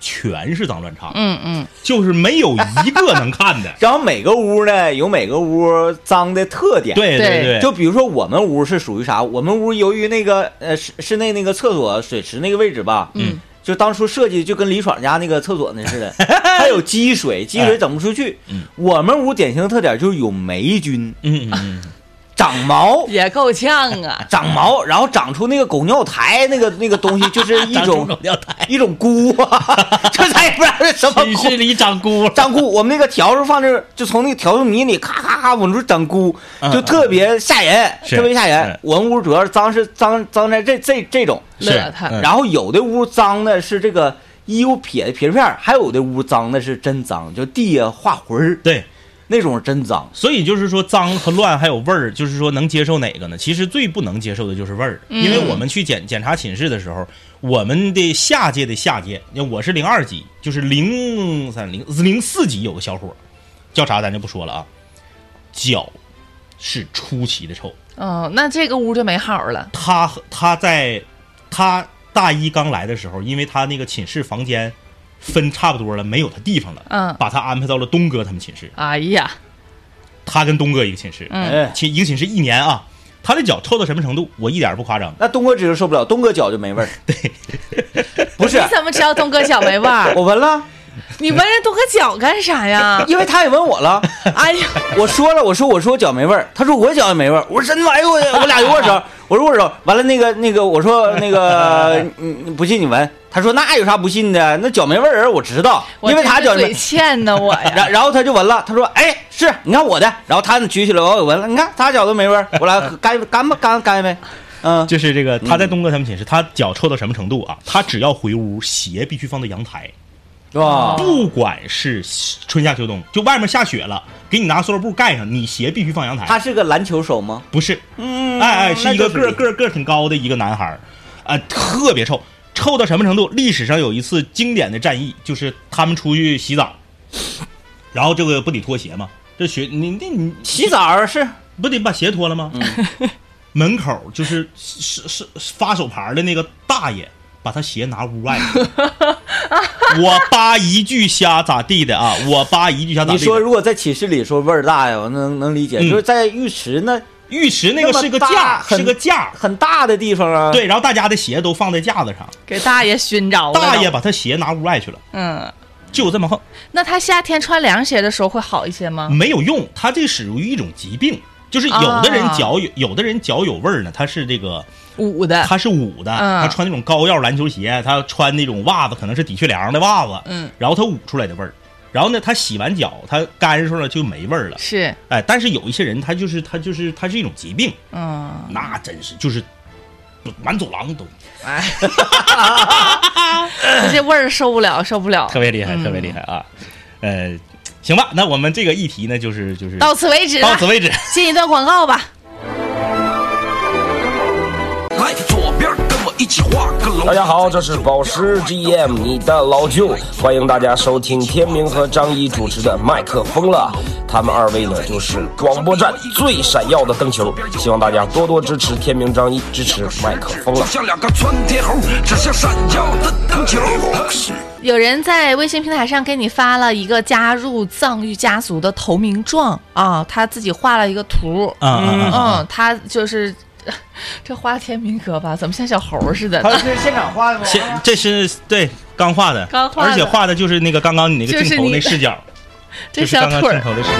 Speaker 2: 全是脏乱差，
Speaker 3: 嗯嗯，
Speaker 2: 就是没有一个能看的
Speaker 5: [laughs] 然后每个屋呢有每个屋脏的特点，
Speaker 2: 对
Speaker 3: 对
Speaker 2: 对，
Speaker 5: 就比如说我们屋是属于啥？我们屋由于那个呃室室内那个厕所水池那个位置吧，
Speaker 2: 嗯，
Speaker 5: 就当初设计就跟李爽家那个厕所那似
Speaker 2: [laughs]
Speaker 5: 的，它有积水，积水整不出去。
Speaker 2: 嗯
Speaker 5: 我们屋典型的特点就是有霉菌，
Speaker 2: 嗯嗯嗯，
Speaker 5: 长毛。
Speaker 3: 也够呛啊。
Speaker 5: 长毛，然后长出那个狗尿苔，那个那个东西就是
Speaker 2: [laughs]
Speaker 5: 一
Speaker 2: 长出
Speaker 5: 种
Speaker 2: 狗尿
Speaker 5: [laughs]
Speaker 2: 苔，
Speaker 5: 一种菇，这咱也不知道是什么
Speaker 2: 寝
Speaker 5: 菇
Speaker 2: 室，里长菇了。
Speaker 5: 长菇，我们那个笤帚放这儿，就从那个笤帚泥里咔咔咔往出长菇，
Speaker 2: 嗯
Speaker 5: 就特别吓人，
Speaker 2: 是
Speaker 5: 特别吓人
Speaker 2: 是。
Speaker 5: 我们屋主要是脏是脏脏在这这这种，
Speaker 2: 是
Speaker 3: 乐他
Speaker 2: 嗯
Speaker 5: 然后有的屋脏的是这个衣服撇的撇片儿，还有的屋脏的是真脏，就地下化灰儿
Speaker 2: 对，
Speaker 5: 那种是真脏。
Speaker 2: 所以就是说脏和乱还有味儿，就是说能接受哪个呢？其实最不能接受的就是味儿，因为我们去检检查寝室的时候，我们的下届的下届，我是零二级，就是零三零零四级有个小伙儿，叫啥咱就不说了啊，脚是出奇的臭，
Speaker 3: 嗯，那这个屋就没好了。
Speaker 2: 他和他在他大一刚来的时候，因为他那个寝室房间分差不多了，没有他地方了，
Speaker 3: 嗯
Speaker 2: 把他安排到了东哥他们寝室，
Speaker 3: 哎呀，
Speaker 2: 他跟东哥一个寝室，
Speaker 3: 嗯
Speaker 5: 哎，
Speaker 2: 寝一个寝室一年啊，他的脚臭到什么程度？我一点儿不夸张，
Speaker 5: 那东哥只是受不了，东哥脚就没味儿。
Speaker 2: [laughs]
Speaker 5: 对，不是
Speaker 3: 你怎么知道东哥脚没味
Speaker 5: [laughs]
Speaker 3: 儿？
Speaker 5: 我闻了，
Speaker 3: 你闻人东哥脚干啥呀？
Speaker 5: 因为他也闻我了。
Speaker 3: [laughs] 哎呀，
Speaker 5: [laughs] 我说了，我说我说我脚没味儿，他说我脚也没味儿，我说真的，哎呦我我俩一握手，我说握手，完了那个那个我说那个你你不信你闻，他说那有啥不信的，那脚没味儿我知道，
Speaker 3: 我
Speaker 5: 因为他
Speaker 3: 真
Speaker 5: 脚
Speaker 3: 是
Speaker 5: 没
Speaker 3: 嘴，欠呢我呀。
Speaker 5: [laughs] 然然后他就闻了，他说哎是你看我的，然后他举起来我也闻了，你看他脚都没味儿，我俩干干吧干干呗，嗯，
Speaker 2: 就是这个他在东哥他们寝室，他脚臭到什么程度啊？他只要回屋，鞋必须放到阳台，
Speaker 5: 是吧？
Speaker 2: 不管是春夏秋冬，就外面下雪了，给你拿塑料布盖上，你鞋必须放阳台。
Speaker 5: 他是个篮球手吗？
Speaker 2: 不是，
Speaker 5: 嗯
Speaker 2: 哎哎，是一个
Speaker 5: 那就
Speaker 2: 个儿个儿个儿挺高的一个男孩儿，啊、特别臭，臭到什么程度？历史上有一次经典的战役，就是他们出去洗澡，然后这个不得脱鞋吗？这学你你你
Speaker 5: 洗澡儿是
Speaker 2: 不得把鞋脱了吗？
Speaker 5: 嗯
Speaker 2: [laughs] 门口就是是是是发手牌的那个大爷，把他鞋拿屋外了。
Speaker 5: [laughs]
Speaker 2: 我扒一句瞎咋地的啊？我扒一句瞎咋
Speaker 5: 你
Speaker 2: 地
Speaker 5: 说
Speaker 2: 的。
Speaker 5: 如果在寝室里说味儿大呀，我能能理解，
Speaker 2: 嗯
Speaker 5: 就是在浴池那。
Speaker 2: 浴池那个是个
Speaker 5: 那么大
Speaker 2: 架，
Speaker 5: 很嗯
Speaker 2: 是个架。
Speaker 5: 很大的地方啊。，
Speaker 2: 对，然后大家的鞋都放在架子上，
Speaker 5: 哦
Speaker 3: 给大爷熏着了。
Speaker 2: 大爷，把他鞋拿屋外去了，
Speaker 3: 嗯，
Speaker 2: 就这么横，
Speaker 3: 那他夏天穿凉鞋的时候会好一些
Speaker 5: 嗯
Speaker 3: 吗？
Speaker 2: 没有用。他这属于一种疾病，就是有的人
Speaker 5: 啊
Speaker 2: 脚有，有的人脚有味儿呢，他是这个
Speaker 3: 捂的，
Speaker 2: 他是捂的，
Speaker 3: 嗯
Speaker 2: 他穿那种高腰篮球鞋，他穿那种袜子，可能是的确良的袜子，
Speaker 3: 嗯，
Speaker 2: 然后他捂出来的味儿，然后呢，他洗完脚，他干上了就没味儿了，
Speaker 3: 是，
Speaker 2: 哎，但是有一些人，他就是他就是他是一种疾病，
Speaker 3: 嗯，
Speaker 2: 那真是就是不满走廊都
Speaker 3: 这味儿受不了，受不了
Speaker 2: 特。别厉害，
Speaker 3: 嗯
Speaker 2: 特别厉害啊，呃，行吧，那我们这个议题呢，就是就是
Speaker 3: 到此为止了
Speaker 2: 到，此为
Speaker 3: [laughs]
Speaker 2: 止，
Speaker 3: 进一段广告吧。
Speaker 6: 来，左边跟我一起画个龙。
Speaker 7: 大家好，这是宝石 GM 你的老舅，欢迎大家收听天明和张一主持的《麦克风了》，他们二位呢就是广播站最闪耀的灯球，希望大家多多支持天明、张一，支持麦克风
Speaker 6: 就
Speaker 7: 了。
Speaker 6: 像两个窜天猴，指向闪耀的灯球。
Speaker 3: 有人在微信平台上给你发了一个加入藏域家族的投名状啊，他自己画了一个图，
Speaker 2: 啊啊啊啊
Speaker 3: 嗯，他就是。 [laughs] 这花天民歌吧，怎么像小猴似的呢？
Speaker 5: 他是现场画的吗？
Speaker 2: 这这是对刚画的，
Speaker 3: 刚画的
Speaker 2: 而且画的就是那个刚刚你那个
Speaker 3: 就是
Speaker 2: 镜头
Speaker 3: 你
Speaker 2: 那视角，
Speaker 3: 这
Speaker 2: 是
Speaker 3: 小
Speaker 2: 刚刚
Speaker 3: 腿
Speaker 2: 镜
Speaker 3: [laughs] 儿，
Speaker 2: 头的视角，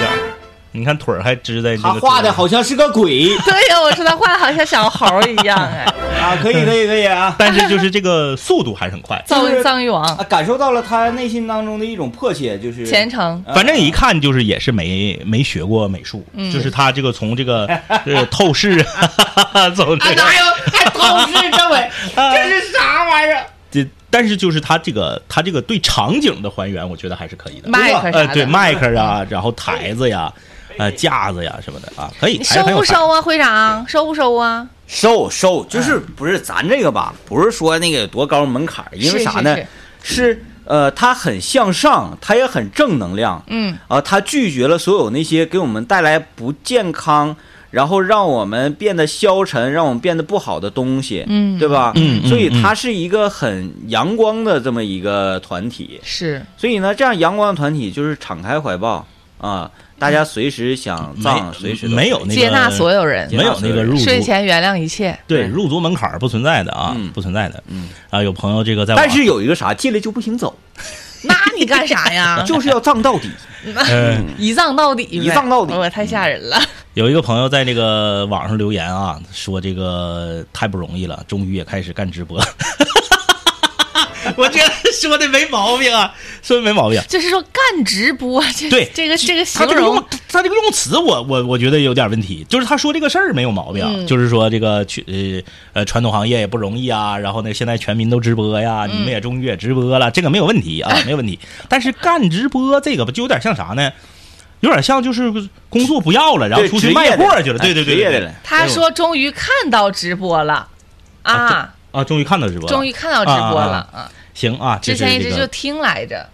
Speaker 2: 你看腿儿还支在这
Speaker 5: 他
Speaker 2: 个桌
Speaker 5: 画的
Speaker 2: 子上
Speaker 5: 好像是个鬼。
Speaker 2: [laughs]
Speaker 3: 对呀，我说他画的好像小猴一样哎。
Speaker 5: 啊，可
Speaker 2: 嗯
Speaker 5: 以可以可
Speaker 3: [laughs]
Speaker 5: 以啊。
Speaker 2: 但是就是这个速度还是很快。
Speaker 5: 就是
Speaker 3: 藏藏玉
Speaker 5: 啊，
Speaker 3: 王
Speaker 5: 感受到了他内心当中的一种迫切，就是
Speaker 3: 虔诚，
Speaker 5: 啊
Speaker 2: 反正一看就是也是没没学过美术，
Speaker 3: 嗯
Speaker 2: 就是他这个从这
Speaker 3: [laughs]
Speaker 2: 个呃透视 [laughs] 啊，从这个
Speaker 3: 哎
Speaker 4: 有还透视这么？这是啥玩意儿？
Speaker 2: 这，但是就是他这个他这个对场景的还原，我觉得还是可以的。
Speaker 3: 麦克
Speaker 2: 呃
Speaker 3: 啥，的，
Speaker 2: 对麦克啊，然后台子呀，呃架子呀什么的啊，可以，
Speaker 3: 你
Speaker 2: 还是
Speaker 3: 收
Speaker 2: 很有
Speaker 3: 不
Speaker 2: 看头
Speaker 3: 收啊，会长？收不收啊？
Speaker 5: 收收，
Speaker 2: 嗯
Speaker 5: 就是不是咱这个吧？不是说那个有多高门槛儿，因为
Speaker 3: 是
Speaker 5: 啥
Speaker 3: 是
Speaker 5: 呢
Speaker 3: 是？
Speaker 5: 是呃，他很向上，他也很正能量，
Speaker 3: 嗯，
Speaker 5: 啊，他拒绝了所有那些给我们带来不健康，然后让我们变得消沉，让我们变得不好的东西，
Speaker 3: 嗯
Speaker 5: 对吧？
Speaker 2: 嗯嗯
Speaker 5: 所以
Speaker 2: 嗯
Speaker 5: 他是一个很阳光的这么一个团体，
Speaker 3: 是
Speaker 5: 所以呢，这样阳光的团体就是敞开怀抱啊，大家随时想葬，随
Speaker 2: 没
Speaker 5: 时都
Speaker 2: 没有
Speaker 5: 可以
Speaker 2: 那个
Speaker 3: 接纳所有人，
Speaker 2: 没有那个入
Speaker 3: 睡
Speaker 2: 族
Speaker 3: 前原谅一切。
Speaker 2: 对入族门槛儿不存在的啊
Speaker 5: 嗯，
Speaker 2: 不存在的。啊，有朋友这个在网，
Speaker 5: 但是有一个啥，进来就不
Speaker 2: [laughs]
Speaker 5: 行走，
Speaker 3: 那你干啥呀？
Speaker 5: 就是要葬到底。
Speaker 2: 呃
Speaker 3: 一葬到底呗，
Speaker 5: 一葬到底
Speaker 3: 我太吓人了。
Speaker 2: 有一个朋友在这个网上留言啊，说这个太不容易了，终于也开始干直播。 [laughs] 我觉得说的没毛病啊，说的没毛病。
Speaker 3: 就是说干直播，这
Speaker 2: 对
Speaker 3: 这个这个形
Speaker 2: 他这个
Speaker 3: 容
Speaker 2: 用哎他这个用词我，我我觉得有点问题。就是他说这个事儿没有毛病，
Speaker 3: 嗯
Speaker 2: 就是说这个去呃呃传统行业也不容易啊，然后呢现在全民都直播
Speaker 3: 嗯
Speaker 2: 呀，你们也终于也直播了，这个没有问题
Speaker 3: [laughs]
Speaker 2: 啊，没有问题。但是干直播这个不就有点像啥呢？有点像就是工作不要了，然后
Speaker 5: 对
Speaker 2: 出去
Speaker 5: 职业
Speaker 2: 卖
Speaker 5: 的
Speaker 2: 货去了。对
Speaker 5: 哎
Speaker 2: 对对
Speaker 5: 职业
Speaker 2: 对
Speaker 5: 的
Speaker 2: 对
Speaker 5: 了
Speaker 3: 他说终于看到直播了啊，
Speaker 2: 啊，终于看到直播了，
Speaker 3: 终于看到直播了
Speaker 2: 啊
Speaker 3: 啊！
Speaker 2: 行啊，这
Speaker 3: 之
Speaker 2: 是
Speaker 3: 前一
Speaker 2: 这
Speaker 3: 直
Speaker 2: 个
Speaker 3: 就听来着，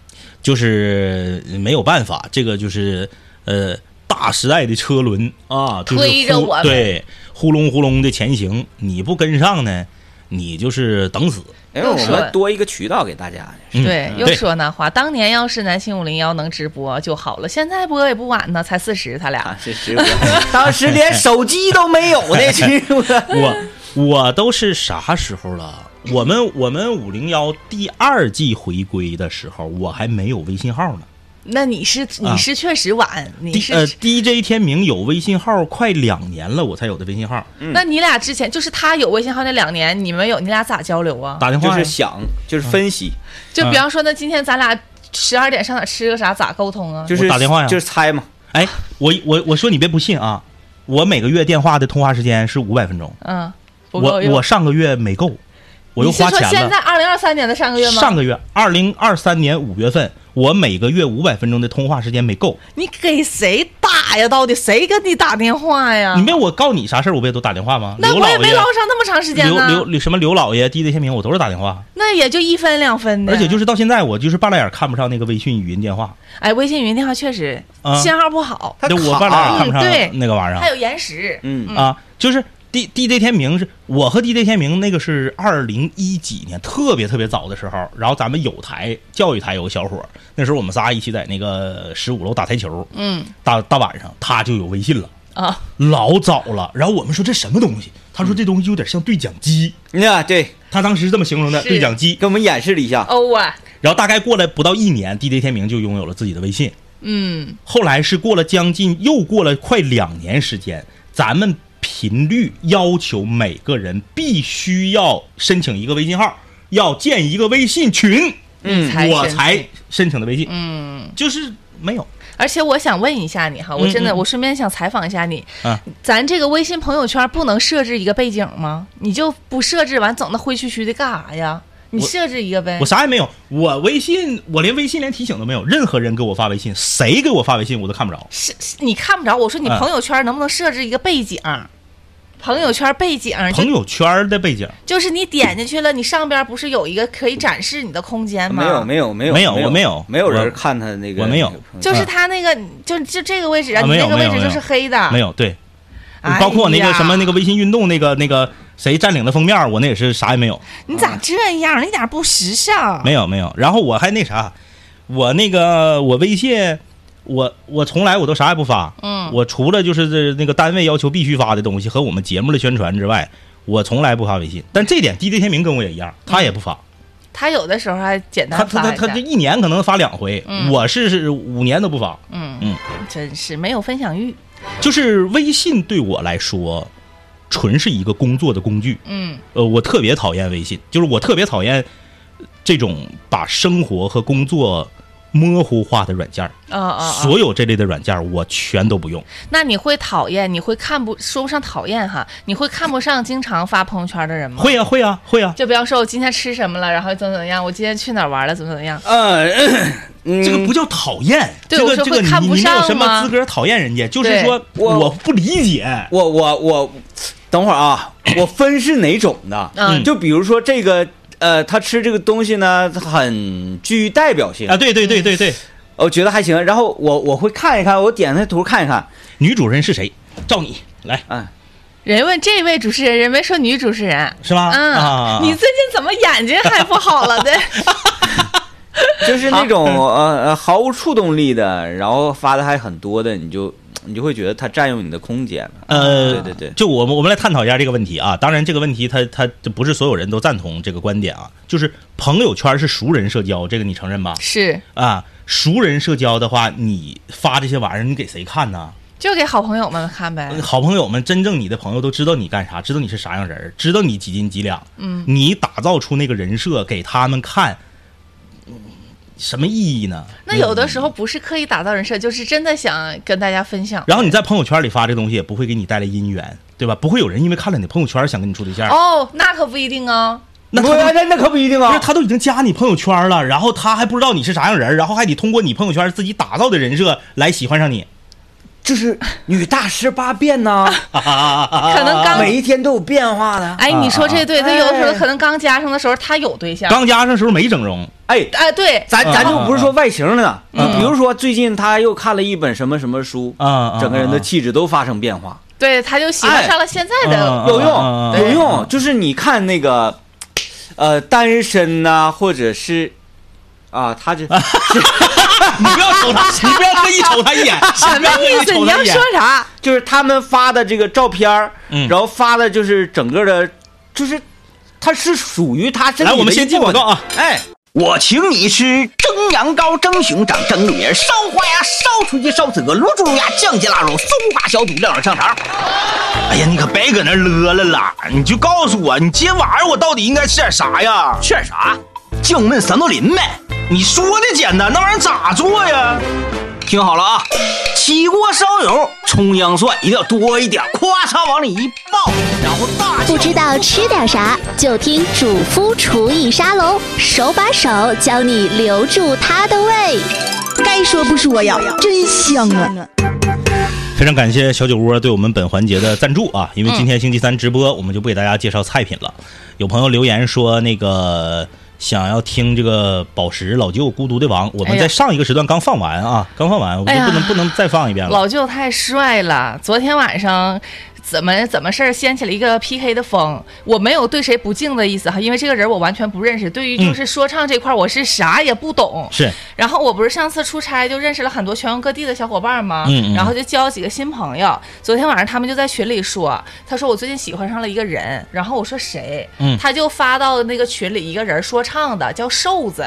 Speaker 2: 就是没有办法，这个就是呃大时代的车轮啊，就是
Speaker 3: 推着
Speaker 2: 呼
Speaker 3: 我们
Speaker 2: 对呼隆呼隆的前行，你不跟上呢，你就是等死。
Speaker 5: 因为哎我
Speaker 3: 又说
Speaker 5: 们多一个渠道给大家。
Speaker 2: 嗯
Speaker 3: 对，又
Speaker 2: 对
Speaker 3: 说那话，当年要是南星五零幺能直播就好了，现在播也不晚呢，才四十，他俩
Speaker 5: 啊，这直播， [laughs] 当时连手机都没有 [laughs] 呢，直播。
Speaker 2: 我我都是啥时候了？我们我们五零幺第二季回归的时候，我还没有微信号呢。
Speaker 3: 那你是你是确实晚，你
Speaker 2: 啊第呃
Speaker 3: 是。
Speaker 2: ，DJ 天明有微信号快两年了，我才有的微信号，
Speaker 3: 那你俩之前就是他有微信号那两年，你们有你俩咋交流啊？
Speaker 2: 打电话
Speaker 5: 就
Speaker 2: 呀
Speaker 5: 是想，就是分析，
Speaker 2: 嗯
Speaker 3: 就比方说，那今天咱俩十二点上哪吃个啥，咋沟通啊？
Speaker 5: 就是
Speaker 2: 我打电话呀
Speaker 5: 就是猜嘛。
Speaker 2: 哎，我我我说你别不信啊，我每个月电话的通话时间是五百分钟，
Speaker 3: 嗯，不够
Speaker 2: 我
Speaker 3: 用
Speaker 2: 我上个月没够，我又
Speaker 3: 你是
Speaker 2: 花
Speaker 3: 说
Speaker 2: 钱
Speaker 3: 现在
Speaker 2: 了。
Speaker 3: 二零二三年的上个月吗？
Speaker 2: 上个月二零二三年五月份，我每个月五百分钟的通话时间没够。
Speaker 3: 你给谁打呀？到底谁跟你打电话呀？
Speaker 2: 你没有我告你啥事儿，我不也都打电话吗？
Speaker 3: 啊那
Speaker 2: 刘
Speaker 3: 我
Speaker 2: 老
Speaker 3: 也
Speaker 2: 爷，
Speaker 3: 没捞上那么长时间
Speaker 2: 刘刘
Speaker 3: 呢，
Speaker 2: 刘什么刘老爷、DJ 天明，我都是打电话。
Speaker 3: 那也就一分两分的。，
Speaker 2: 而且就是是到现在，我就是半拉眼看不上那个微信语音电话，
Speaker 3: 哎，微信语音电话确实
Speaker 2: 啊
Speaker 3: 信号不好，
Speaker 5: 他
Speaker 2: 就我半拉眼看不
Speaker 3: 嗯对
Speaker 2: 上那个玩意儿。
Speaker 3: 还有延时。
Speaker 5: 嗯，
Speaker 2: 啊，就是 D D J 天明是我和 D J 天明那个是二零一几年特别特别早的时候，然后咱们有台教育台有个小伙儿，那时候我们仨一起在那个十五楼打台球，
Speaker 3: 嗯
Speaker 2: 大大晚上他就有微信了。
Speaker 3: 啊，
Speaker 2: 老早了，然后我们说这什么东西？他
Speaker 3: 嗯
Speaker 2: 说这东西有点像对讲机，
Speaker 5: 那啊对，
Speaker 2: 他当时这么形容的
Speaker 3: 是
Speaker 2: 对讲机。
Speaker 5: 给我们演示了一下，
Speaker 3: 哦啊，
Speaker 2: 然后大概过了不到一年，DJ 天明就拥有了自己的微信。
Speaker 3: 嗯，
Speaker 2: 后来是过了将近又过了快两年时间，咱们频率要求每个人必须要申请一个微信号，要建一个微信群，
Speaker 3: 嗯
Speaker 2: 我才申请的微信，
Speaker 3: 嗯，
Speaker 2: 就是没有
Speaker 3: 而且我想问一下你哈，我真的，
Speaker 2: 嗯嗯
Speaker 3: 我顺便想采访一下你，
Speaker 2: 啊
Speaker 3: 咱这个微信朋友圈不能设置一个背景吗？你就不设置完，整那灰黢黢的干啥呀？你
Speaker 2: 我
Speaker 3: 设置一个呗
Speaker 2: 我。啥也没有，我微信我连微信连提醒都没有，任何人给我发微信，谁给我发微信我都看不着。
Speaker 3: 是是你看不着。我说你
Speaker 2: 嗯
Speaker 3: 朋友圈能不能设置一个背景？朋友圈背景就
Speaker 2: 啊朋友圈的背景
Speaker 3: 就是你点进去了，你上边不是有一个可以展示你的空间吗？
Speaker 5: 没有，没有，没有，
Speaker 2: 没有
Speaker 5: 有，
Speaker 2: 我没有
Speaker 5: 没有
Speaker 2: 我
Speaker 5: 人看他那个，
Speaker 2: 我没有
Speaker 5: 那个朋友
Speaker 3: 就
Speaker 5: 圈
Speaker 3: 是它那个，就就这个位置
Speaker 2: 啊
Speaker 3: 你
Speaker 2: 没有
Speaker 3: 那个位
Speaker 2: 没有
Speaker 3: 置就是黑的，
Speaker 2: 没有对，
Speaker 3: 啊哎呀
Speaker 2: 包括那个什么那个微信运动那个那个谁占领的封面，我那也是啥也没有。
Speaker 3: 你咋这样？你一点不时尚。
Speaker 2: 没有没有，然后我还那啥，我那个我微信，我我从来我都啥也不发，
Speaker 3: 嗯
Speaker 2: 我除了就是这那个单位要求必须发的东西和我们节目的宣传之外，我从来不发微信。但这点 DJ 天明跟我也一样，他也不发，
Speaker 3: 他有的时候还简单
Speaker 2: 他他
Speaker 3: 嗯发
Speaker 2: 他
Speaker 3: 一
Speaker 2: 他
Speaker 3: 下
Speaker 2: 这，一年可能发两回，
Speaker 3: 嗯
Speaker 2: 我是是五年都不发。
Speaker 3: 嗯
Speaker 2: 嗯，
Speaker 3: 真是没有分享欲。
Speaker 2: 就是微信对我来说，纯是一个工作的工具。
Speaker 3: 嗯，
Speaker 2: 呃，我特别讨厌微信，就是我特别讨厌这种把生活和工作模糊化的软件儿。
Speaker 3: 啊啊啊！
Speaker 2: 所有这类的软件儿我全都不用。
Speaker 3: 那你会讨厌，你会看不说不上讨厌哈，你会看不上经常发朋友圈的人吗？
Speaker 2: 会呀、会呀、会呀、
Speaker 3: 就比方说我今天吃什么了，然后怎么怎么样，我今天去哪儿玩了，怎么怎么样。
Speaker 5: 嗯，嗯
Speaker 2: 这个不叫讨厌，
Speaker 3: 对
Speaker 2: 这
Speaker 3: 我
Speaker 2: 个
Speaker 3: 说
Speaker 2: 这个
Speaker 3: 会看
Speaker 2: 你
Speaker 3: 不
Speaker 2: 你没
Speaker 3: 上
Speaker 2: 有什么
Speaker 3: 吗
Speaker 2: 资格讨厌人家，就是
Speaker 3: 对
Speaker 2: 说
Speaker 5: 我
Speaker 2: 我不理解。
Speaker 5: 我我我，等会儿啊，我分是哪种的？
Speaker 3: 嗯
Speaker 5: 就比如说这个，呃，他吃这个东西呢，很具代表性
Speaker 2: 啊，，对对对对对，
Speaker 5: 我觉得还行。然后我我会看一看，我点开图看一看，
Speaker 2: 女主人是谁？照你来
Speaker 3: 人问这位主持人，人没说女主持人。
Speaker 2: 是吧？
Speaker 3: 啊
Speaker 2: 啊，，
Speaker 3: 你最近怎么眼睛还不好了
Speaker 2: [laughs]
Speaker 3: 的？
Speaker 5: 就是那种呃呃毫无触动力的，然后发的还很多的，你就你就会觉得它占用你的空间了。
Speaker 2: 呃，
Speaker 5: 对对对
Speaker 2: 就我们我们来探讨一下这个问题啊。当然，这个问题它它这不是所有人都赞同这个观点啊。就是朋友圈是熟人社交，这个你承认吧？
Speaker 3: 是，
Speaker 2: 啊，熟人社交的话，你发这些玩意儿，你给谁看呢？
Speaker 3: 就给好朋友们看呗。
Speaker 2: 好朋友们，真正你的朋友都知道你干啥，知道你是啥样人儿，知道你几斤几两。嗯，你打造出那个人设给他们看，嗯什么意义呢？嗯
Speaker 3: 那有的时候不是刻意打造人设，就是真的想跟大家分享。
Speaker 2: 然后你在朋友圈里发这东西，也不会给你带来姻缘，对吧？不会有人因为看了你的朋友圈想跟你处对象。
Speaker 3: 哦，那可不一定哦。
Speaker 2: 那他
Speaker 5: 不
Speaker 2: 都
Speaker 5: 那那可不一定
Speaker 2: 不
Speaker 5: 啊
Speaker 2: 是，。他都已经加你朋友圈了，然后他还不知道你是啥样人儿，然后还得通过你朋友圈自己打造的人设来喜欢上
Speaker 3: [laughs]
Speaker 2: 你。
Speaker 5: 就是女大十八变呐、
Speaker 2: 啊
Speaker 3: 可能刚
Speaker 5: 每一天都有变化的。
Speaker 3: 哎，你说这对，他有的时候
Speaker 5: 哎
Speaker 3: 可能刚加上的时候他有对象，
Speaker 2: 刚加上的时候没整容，
Speaker 5: 哎，
Speaker 3: 哎，对，
Speaker 5: 咱咱就不是说外形了呢，
Speaker 2: 嗯
Speaker 5: 比如说最近他又看了一本什么什么书，
Speaker 2: 啊
Speaker 5: 整个人的气质都发生变化，
Speaker 3: 对，他就喜欢上了现在的
Speaker 2: 哎
Speaker 5: 有
Speaker 2: 嗯
Speaker 5: 用
Speaker 2: 嗯
Speaker 5: 有用。就是你看那个，呃，单身呐、或者是啊，他这
Speaker 2: 你不要瞅他，你不要特意瞅他一眼，
Speaker 3: 什么
Speaker 2: 你不要
Speaker 3: 意
Speaker 2: 特意
Speaker 3: 思？
Speaker 2: 瞅
Speaker 3: 你
Speaker 2: 他
Speaker 3: 要
Speaker 2: 一眼
Speaker 3: 说啥？
Speaker 5: 就是他们发的这个照片儿
Speaker 2: 嗯
Speaker 5: 然后发的就是整个的，就是他是属于他身体的
Speaker 2: 来，我们先
Speaker 5: 一部
Speaker 2: 进广
Speaker 5: 分
Speaker 2: 告啊。
Speaker 5: 哎，
Speaker 8: 我请你吃蒸羊羔、蒸熊掌、蒸鹿眼、烧花鸭、烧雏鸡、烧子鹅、卤猪卤鸭、酱鸡腊肉、松花小肚、料酒香肠。
Speaker 9: 哎呀，你可别搁那乐了啦！你就告诉我，你今天晚上我到底应该吃点啥呀？
Speaker 8: 吃点啥？
Speaker 9: 酱焖三豆林呗。你说的简单，那玩意儿咋做呀？
Speaker 8: 听好了啊，起锅烧油，葱姜蒜一定要多一点，咵嚓往里一爆，然后大
Speaker 10: 不知道吃点啥，就听主夫厨艺沙龙，手把手教你留住它的胃。该说不说呀，真香啊！
Speaker 2: 非常感谢小酒窝对我们本环节的赞助啊！因为今天星期三直播，我们就不给大家介绍菜品了。有朋友留言说，那个想要听这个宝石老舅《孤独的王》，我
Speaker 3: 哎
Speaker 2: 们
Speaker 3: 呀
Speaker 2: 在上一个时段刚放完啊，刚放完，我们
Speaker 3: 哎
Speaker 2: 就
Speaker 3: 呀
Speaker 2: 不能不能再放一遍了。
Speaker 3: 老舅太帅了，昨天晚上。怎么怎么事儿掀起了一个 PK 的风，我没有对谁不敬的意思哈，因为这个人我完全不认识。对于就是说唱这块儿，我是啥也不懂。
Speaker 2: 是，
Speaker 3: 然后我不是上次出差就认识了很多全国各地的小伙伴吗？
Speaker 2: 嗯嗯
Speaker 3: 然后就交几个新朋友。昨天晚上他们就在群里说，他说我最近喜欢上了一个人，然后我说谁？
Speaker 2: 嗯
Speaker 3: 他就发到那个群里一个人说唱的叫瘦子。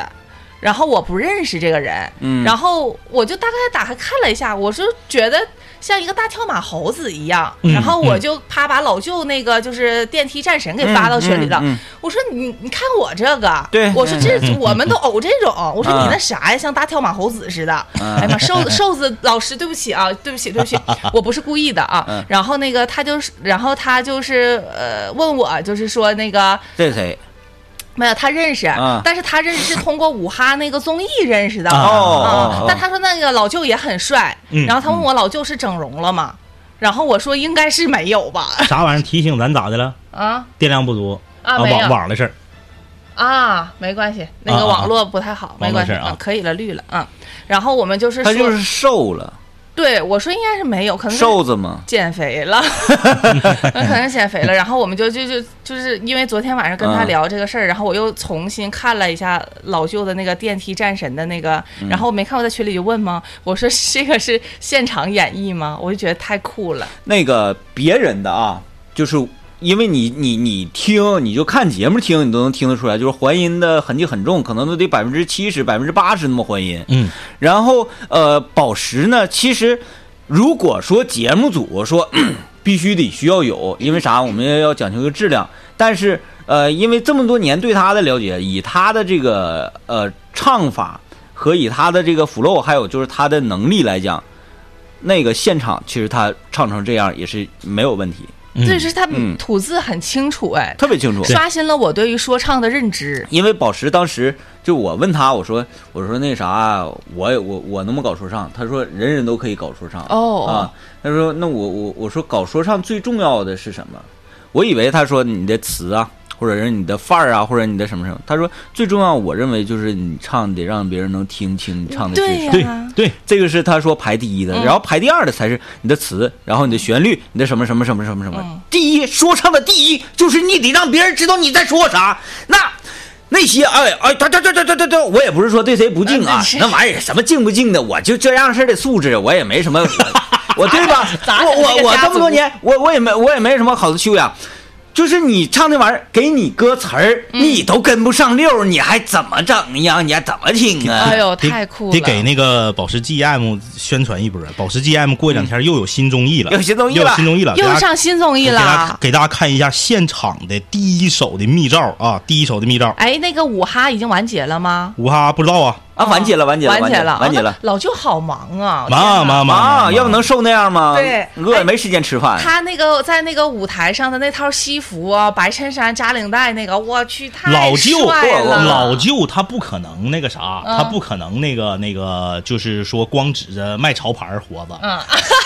Speaker 3: 然后我不认识这个人，嗯然后我就大概打开看了一下，我就觉得像一个大跳马猴子一样，
Speaker 2: 嗯嗯
Speaker 3: 然后我就啪把老舅那个就是电梯战神给发到群里了。我说你你看我这个，
Speaker 5: 对
Speaker 3: 我说这
Speaker 2: 嗯嗯
Speaker 3: 我们都偶这种，我说你
Speaker 5: 啊
Speaker 3: 那啥呀，像大跳马猴子似的。
Speaker 5: 嗯
Speaker 3: 哎呀妈，瘦子瘦子老师，对不起啊，对不起对
Speaker 5: [laughs]
Speaker 3: 不起，我不是故意的啊。
Speaker 5: 嗯
Speaker 3: 然后那个他就是，然后他就是呃问我，就是说那个
Speaker 5: 这谁？
Speaker 3: 没有他认识
Speaker 5: 啊，
Speaker 3: 但是他认识是通过五哈那个综艺认识的
Speaker 2: 啊
Speaker 3: 啊
Speaker 5: 哦，
Speaker 3: 但他说那个老舅也很帅，
Speaker 2: 嗯
Speaker 3: 然后他问我老舅是整容了吗？然后我说应该是没有吧，
Speaker 5: 啊
Speaker 2: 啥玩意儿提醒咱咋的了？
Speaker 3: 啊
Speaker 2: 电量不足
Speaker 3: 啊没有
Speaker 2: 网网的事儿。
Speaker 3: 啊，没关系，那
Speaker 2: 啊啊
Speaker 3: 个网络不太好，没关系
Speaker 2: 网络事儿啊
Speaker 3: 可以了，绿了啊。然后我们就是
Speaker 5: 他
Speaker 3: 说，
Speaker 5: 就是瘦了，
Speaker 3: 对我说应该是没有，可能是
Speaker 5: 瘦子嘛。
Speaker 3: [laughs] 减肥了，那可能是减肥了。然后我们就就就就是因为昨天晚上跟他
Speaker 2: 嗯
Speaker 3: 聊这个事儿，然后我又重新看了一下老舅的那个电梯战神的那个，
Speaker 2: 嗯
Speaker 3: 然后我没看我在群里就问吗？我说这个是现场演绎吗？我就觉得太酷了。
Speaker 5: 那个别人的啊，就是因为你你你听，你就看节目听，你都能听得出来，就是环音的痕迹很重，可能都得百分之七十、百分之八十那么环音。
Speaker 2: 嗯，
Speaker 5: 然后呃，宝石呢，其实如果说节目组说。嗯 [clears throat] 必须得需要有，因为啥？我们要讲究个质量。但是呃，因为这么多年对他的了解，以他的这个呃唱法和以他的这个 flow，还有就是他的能力来讲，那个现场其实他唱成这样也是没有问题，
Speaker 2: 嗯
Speaker 3: 这是他
Speaker 5: 嗯
Speaker 3: 吐字很清楚，哎，
Speaker 5: 特别清楚。
Speaker 3: 刷新了我对于说唱的认知。
Speaker 5: 因为宝石当时就我问他，我说我说那啥，我也我我能不能搞说唱？他说人人都可以搞说唱。
Speaker 3: 哦
Speaker 5: 啊，他说那我我我说搞说唱最重要的是什么？我以为他说你的词啊，或者是你的范儿啊，或者你的什么什么。他说最重要，我认为就是你唱得让别人能听清你唱的是
Speaker 3: 对
Speaker 5: 什
Speaker 3: 呀
Speaker 5: 么。、
Speaker 2: 对，
Speaker 5: 这个是他说排第
Speaker 3: 嗯
Speaker 5: 一的，然后排第二的才是你的词，然后你的旋律，你的什么什么什么什么什么。
Speaker 3: 嗯
Speaker 5: 第一，说唱的第一就是你得让别人知道你在说啥。那那些哎哎，对对对对对对对，我也不是说对谁不敬
Speaker 3: 嗯
Speaker 5: 啊，那玩意儿什么敬不敬的，我就这样式儿的素质，我也没什
Speaker 3: [laughs]
Speaker 5: 么，我我对吧？
Speaker 3: 咱
Speaker 5: 我
Speaker 3: 这
Speaker 5: 我
Speaker 3: 个
Speaker 5: 我
Speaker 3: 家
Speaker 5: 这么
Speaker 3: 族
Speaker 5: 多年，我我也没我也没什么好的修养。就是你唱那玩意儿，给你歌词儿，
Speaker 3: 嗯
Speaker 5: 你都跟不上溜儿，你还怎么整呀？你还怎么听啊？
Speaker 3: 哎呦，
Speaker 2: 得
Speaker 3: 太酷了！
Speaker 2: 得给那个宝石 GM 宣传一波。宝石 GM 过两天又有新综艺了，
Speaker 5: 有新综艺了
Speaker 2: 又有新综艺了，
Speaker 3: 又
Speaker 2: 啊给大家
Speaker 3: 上新综艺
Speaker 2: 给大家
Speaker 3: 了。
Speaker 2: 给大家看一下现场的第一手的密照啊，第一手的密照。
Speaker 3: 哎，那个五哈已经完结了吗？
Speaker 2: 五哈不知道啊，
Speaker 5: 啊，完结了，完结了，
Speaker 3: 完
Speaker 5: 结了，完结
Speaker 3: 结哦
Speaker 5: 了。。
Speaker 3: 那老舅好忙啊！
Speaker 2: 妈
Speaker 3: 天哪
Speaker 2: 妈妈
Speaker 5: 啊，
Speaker 2: 妈，
Speaker 5: 要不能瘦那样吗？
Speaker 3: 对哎
Speaker 5: 饿也没时间吃饭。
Speaker 3: 他那个在那个舞台上的那套西服啊，白衬衫加领带那个，我去太
Speaker 2: 老舅
Speaker 3: 帅了
Speaker 2: 老舅他不可能那个啥，
Speaker 3: 嗯
Speaker 2: 他不可能那个那个，就是说光指着卖潮牌儿活着。 [laughs]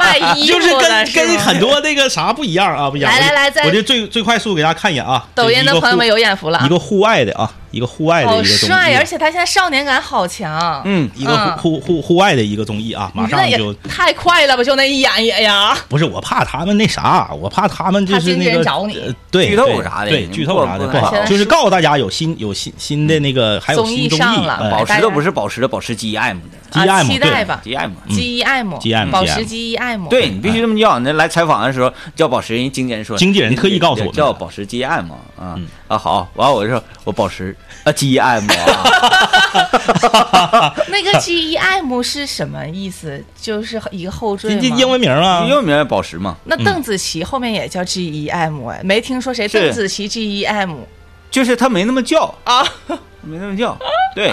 Speaker 3: 卖嗯衣
Speaker 2: 就是
Speaker 3: 服
Speaker 2: 跟
Speaker 3: 的是吗
Speaker 2: 跟很多那个啥不一样啊，不一样。
Speaker 3: 来来来
Speaker 2: 我就
Speaker 3: 再
Speaker 2: 我就最最快速给大家看一眼啊，
Speaker 3: 抖音
Speaker 2: 这是一
Speaker 3: 的
Speaker 2: 个
Speaker 3: 朋友们
Speaker 2: 户
Speaker 3: 有眼福了啊
Speaker 2: 一，个户外的啊，一个户外的一
Speaker 3: 好
Speaker 2: 个综艺，啊
Speaker 3: 帅，而且他现在少年感好强。
Speaker 5: 嗯，
Speaker 2: 一个户户户户外的一个综艺啊，马
Speaker 3: 那
Speaker 2: 上
Speaker 3: 也
Speaker 2: 就
Speaker 3: 太快了吧，就那一眼也呀，
Speaker 2: 不是我怕他们那啥，我怕他们就是
Speaker 3: 怕经纪
Speaker 2: 那
Speaker 3: 人
Speaker 2: 个
Speaker 3: 找你
Speaker 2: 呃对
Speaker 5: 剧透
Speaker 2: 对
Speaker 5: 啥的
Speaker 2: 对剧透啥的
Speaker 5: 不
Speaker 2: 不
Speaker 5: 不
Speaker 2: 好，
Speaker 3: 不
Speaker 2: 就是告诉大家有新有新新的那个还有
Speaker 3: 嗯综艺
Speaker 2: 新综
Speaker 3: 上
Speaker 2: 艺
Speaker 3: 了
Speaker 2: 哎
Speaker 5: 宝
Speaker 3: 大
Speaker 5: 石
Speaker 3: 家
Speaker 5: 都不是宝石的，宝石 GM 的
Speaker 2: ，GM
Speaker 3: 啊期
Speaker 2: 对
Speaker 3: 待
Speaker 2: 嗯
Speaker 3: 吧
Speaker 5: GM。
Speaker 2: 哦
Speaker 3: ，G E M
Speaker 2: GEM
Speaker 3: 宝石 G E M，
Speaker 5: 对你必须这么叫。那来采访的时候叫宝石，人家经纪人说，
Speaker 2: 经纪人特意告诉我们
Speaker 5: 叫宝石 GM 啊
Speaker 2: 嗯
Speaker 5: 啊好，完我就说我宝石啊
Speaker 2: [laughs]
Speaker 5: GM 啊，
Speaker 3: 那个 G E M 是什么意思？就是一个后缀
Speaker 2: 这
Speaker 5: [laughs]
Speaker 3: 吗？
Speaker 2: 这英文名啊，
Speaker 5: 英文名宝石嘛，
Speaker 3: 那邓紫棋后面也叫 G E M 哎，没听说谁
Speaker 5: 嗯是
Speaker 3: 邓紫棋 G E M
Speaker 5: 就是他没那么叫，
Speaker 3: 啊？
Speaker 5: 没那么叫。对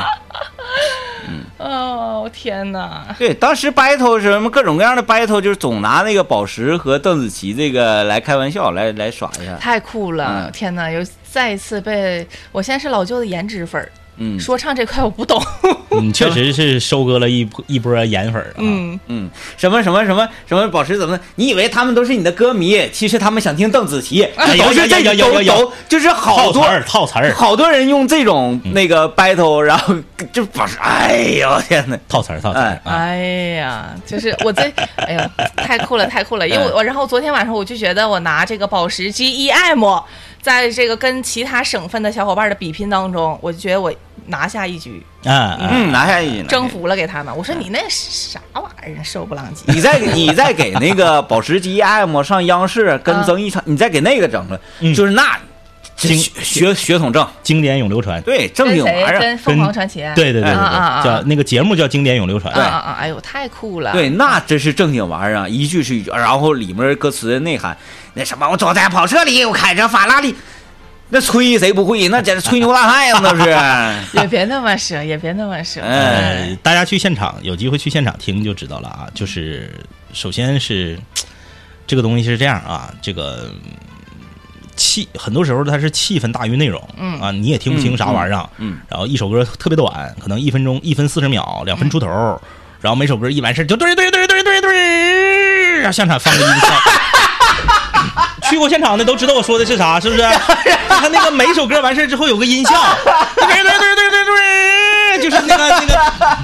Speaker 3: 哦天哪！
Speaker 5: 对，当时 battle 是什么各种各样的 battle，就是总拿那个宝石和邓紫棋这个来开玩笑，来来耍一下。
Speaker 3: 太酷了！
Speaker 5: 嗯
Speaker 3: 天哪，又再一次被我现在是老舅的颜值粉儿，
Speaker 5: 嗯啊
Speaker 3: 说唱这块我不懂。
Speaker 2: 嗯，确实是收割了一波一波颜粉儿啊。
Speaker 3: 嗯，
Speaker 5: 嗯，什么什么什么什么宝石怎么的？你以为他们都是你的歌迷？其实他们想听邓紫棋，
Speaker 2: 哎有
Speaker 5: 都是这
Speaker 2: 有有有有
Speaker 5: 有
Speaker 2: 有
Speaker 5: 有，就是好
Speaker 2: 套词
Speaker 5: 多
Speaker 2: 儿，套词儿，嗯
Speaker 5: 好多人用这种那个 battle，然后就宝石，哎呦天哪！
Speaker 2: 套词儿，套词儿啊！
Speaker 5: 哎
Speaker 3: 哎呀，就是我
Speaker 5: [laughs]
Speaker 3: 这，哎呀，太酷了，太酷了！因为我我，
Speaker 5: 嗯
Speaker 3: 然后昨天晚上我就觉得我拿这个宝石 G E M，在这个跟其他省份的小伙伴的比拼当中，我就觉得我拿下一局，
Speaker 2: 哎哎，
Speaker 5: 嗯，拿下一拿下
Speaker 3: 征服了给他们。我说你那啥玩意儿，瘦不浪几。
Speaker 5: 你再你再给那个宝石 GM 上央视跟
Speaker 3: 啊
Speaker 5: 曾毅唱，你再给那个整了
Speaker 2: 嗯，
Speaker 5: 就是那
Speaker 2: 经
Speaker 5: 血血血统正，
Speaker 2: 经典永流传，
Speaker 5: 对正经
Speaker 3: 跟谁？
Speaker 5: 玩啊意儿，
Speaker 3: 跟凤凰传奇。
Speaker 2: 啊对对对对
Speaker 3: 啊啊啊
Speaker 2: 对，叫那个节目叫经典永流传
Speaker 3: 啊。啊啊！哎呦，太酷了。
Speaker 5: 对，那真是正经玩意儿啊，一句是一句，然后里面歌词的内涵，那什么，我走在跑车里，我开着法拉利，那吹谁不会？那简直吹牛大太阳都是。
Speaker 3: 也别那么说，也别那么说。
Speaker 5: 哎
Speaker 2: 呃，大家去现场有机会去现场听就知道了啊。就是首先是这个东西是这样啊，这个嗯气很多时候它是气氛大于内容，嗯啊，你也听不清啥玩意儿啊，
Speaker 5: 嗯嗯
Speaker 2: 然后一首歌特别短，可能一分钟一分四十秒，两分出头，然后每首歌一完事儿就对对对对对对，然后现场放个音效。去过现场的都知道我说的是啥，是不是？他那个每首歌完事儿之后有个音效，对对对对对对，就是那个那个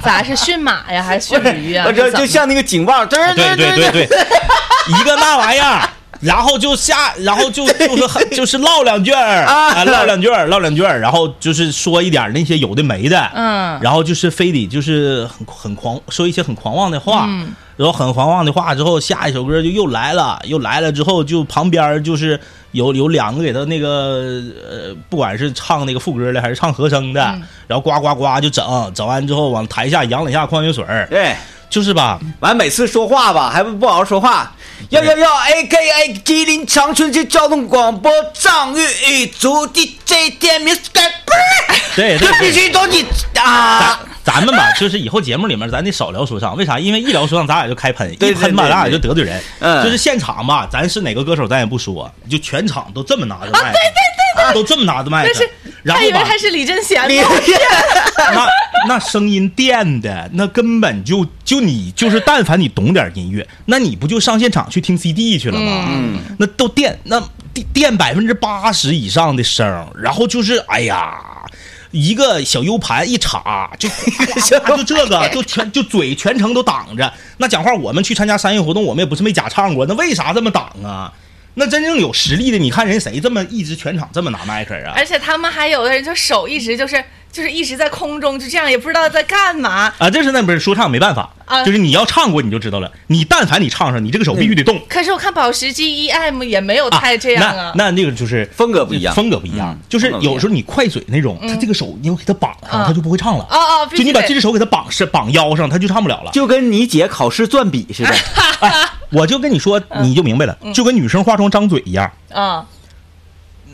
Speaker 3: 咋是驯马呀，还是驯驴呀？
Speaker 5: 我这
Speaker 3: 是怎么
Speaker 5: 就像那个警报，对
Speaker 2: 啊对对对对，一个那玩意儿，然后就下，然后就就是很就是唠两句儿啊，唠两句儿，唠两句儿，然后就是说一点儿那些有的没的，
Speaker 3: 嗯
Speaker 2: 然后就是非得就是很很狂，说一些很狂妄的话，然后很狂妄的话之后，下一首歌就又来了，又来了之后就旁边儿就是有有两个给他那个呃，不管是唱那个副歌的还嗯是唱和声的，然后呱呱呱就整，整完之后往台下扬两下矿泉水儿，
Speaker 5: 对，
Speaker 2: 就是吧，
Speaker 5: 完每次说话吧，还不不好好说话。要要要！A K A 吉林长春市交通广播藏语语族 D J 天明 s k y
Speaker 2: 对对
Speaker 5: 这必
Speaker 2: 对。
Speaker 5: 须都你啊！
Speaker 2: [laughs] 咱们吧，就是以后节目里面咱得少聊说唱，为啥？因为一聊说唱，咱俩就开喷，
Speaker 5: 对
Speaker 2: 一喷吧，
Speaker 5: 对对
Speaker 2: 咱俩就得罪人。
Speaker 5: 嗯
Speaker 2: 就是现场吧，咱是哪个歌手咱也不说，就全场都这么拿着麦克，对对对都这么拿着麦克
Speaker 3: 但是，
Speaker 2: 然
Speaker 3: 他
Speaker 2: 后
Speaker 3: 以为
Speaker 2: 吧，
Speaker 3: 他是李贞贤
Speaker 5: 你
Speaker 3: 呢。
Speaker 2: 那那声音垫的，那根本就就你就是，但凡你懂点音乐，那你不就上现场去听 CD 去了吗？嗯，那都垫那垫垫百分之八十以上的声儿，然后就是哎呀，一个小 U 盘一插，就就这个就全就嘴全程都挡着。那讲话，我们去参加商业活动，我们也不是没假唱过，那为啥这么挡啊？那真正有实力的，你看人谁这么一直全场这么拿麦克啊？
Speaker 3: 而且他们还有的人就手一直就是就是一直在空中，就这样也不知道在干嘛。
Speaker 2: 啊，这是那不是说唱没办法，
Speaker 3: 啊
Speaker 2: 就是你要唱过你就知道了。你但凡你唱上，你这个手必须得动。
Speaker 3: 可是我看保时捷 EM 也没有嗯太这样啊。
Speaker 2: 那那那个就是
Speaker 5: 风格不一样
Speaker 2: 风格不一样。就是有时候你快嘴那种，他这个手你要给他绑上，
Speaker 3: 啊
Speaker 2: 他就不会唱了。
Speaker 3: 嗯哦哦必须
Speaker 2: 就你把
Speaker 3: 得
Speaker 2: 这只手给他绑是绑腰上，他就唱不了了。
Speaker 5: 就跟你姐考试转笔似的，
Speaker 2: 我就跟你说，
Speaker 3: 嗯
Speaker 2: 你就明白了，就跟女生化妆张嘴一样。
Speaker 3: 啊，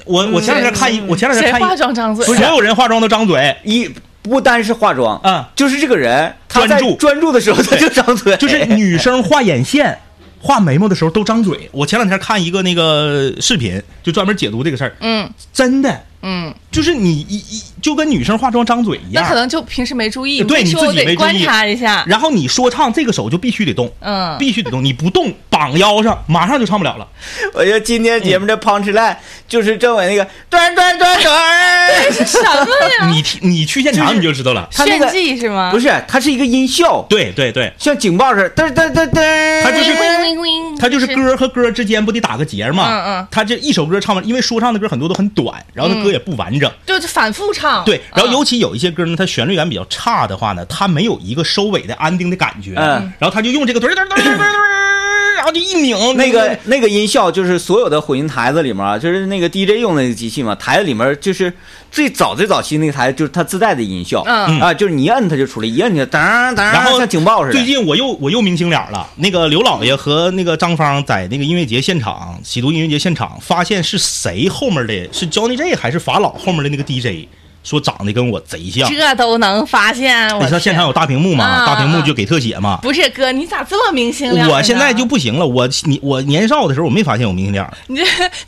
Speaker 2: 我我前两天看一，我前两天
Speaker 3: 嗯谁
Speaker 2: 看
Speaker 3: 化
Speaker 2: 一，
Speaker 3: 妆张嘴？啊
Speaker 2: 所有人化妆都张嘴，
Speaker 5: 一不单是化妆
Speaker 2: 啊
Speaker 5: 就是这个人他在
Speaker 2: 专注
Speaker 5: 专注的时候他就张嘴，
Speaker 2: [laughs] 就是女生画眼线、画眉毛的时候都张嘴。我前两天看一个那个视频，就专门解读这个事儿，
Speaker 3: 嗯
Speaker 2: 真的。
Speaker 3: 嗯，
Speaker 2: 就是你一一就跟女生化妆张嘴一
Speaker 3: 那可
Speaker 2: 样，
Speaker 3: 能就平时没注意，
Speaker 2: 对
Speaker 3: 你
Speaker 2: 你
Speaker 3: 说我
Speaker 2: 自己
Speaker 3: 得
Speaker 2: 没注
Speaker 3: 观
Speaker 2: 意
Speaker 3: 察一下。
Speaker 2: 然后你说唱这个手就必须得动，
Speaker 3: 嗯
Speaker 2: 必须得动，你不动绑腰上，马上就唱不了了。
Speaker 5: [laughs] 我觉得今天节目的 punch line 就是政委那个转转转转，
Speaker 2: [laughs]
Speaker 3: 什么呀？
Speaker 2: 你听你去现场你就知道了。
Speaker 5: 他那
Speaker 3: [laughs] 炫
Speaker 5: 个
Speaker 3: 技啊是吗？
Speaker 5: 不是，它是一个音效，
Speaker 2: 对对对，
Speaker 5: 像警报似的，噔噔噔噔，
Speaker 2: 他就是
Speaker 3: 是
Speaker 2: 他就是歌和歌之间不得打个结吗？
Speaker 3: 嗯嗯
Speaker 2: 他这一首歌唱完，因为说唱的歌很多都很短，然后那歌也不完整。
Speaker 3: 就是反复唱。
Speaker 2: 对，然后
Speaker 3: 嗯
Speaker 2: 尤其有一些歌呢，它旋律感比较差的话呢，它没有一个收尾的安定的感觉。
Speaker 5: 嗯，
Speaker 2: 然后他就用这个嘚儿嘚儿嘚儿嘚儿嘚儿，然后就一拧
Speaker 5: 那个那个音效就是所有的混音台子里面啊，就是那个 DJ 用的那个机器嘛，台子里面就是最早最早期那个台子就是它自带的音效，
Speaker 3: 嗯
Speaker 5: 啊，就是你一摁它就出来，一摁它噔噔，
Speaker 2: 然后
Speaker 5: 啊像警报似
Speaker 2: 最
Speaker 5: [laughs] 的。
Speaker 2: 近我又我又明清脸了，那个刘老爷和那个张芳在那个音乐节现场，喜毒音乐节现场，发现是谁后面的是 Johnny J 还是法老后面的那个 DJ，说长得跟我贼像。
Speaker 3: 这都能发现，我
Speaker 2: 你
Speaker 3: 天
Speaker 2: 像现场有大屏幕嘛，
Speaker 3: 啊
Speaker 2: 大屏幕就给特写嘛。
Speaker 3: 不是哥，你咋这么明星啊亮？
Speaker 2: 我现在就，不行了，我你我年少的时候我没发现我明星脸儿
Speaker 3: 你这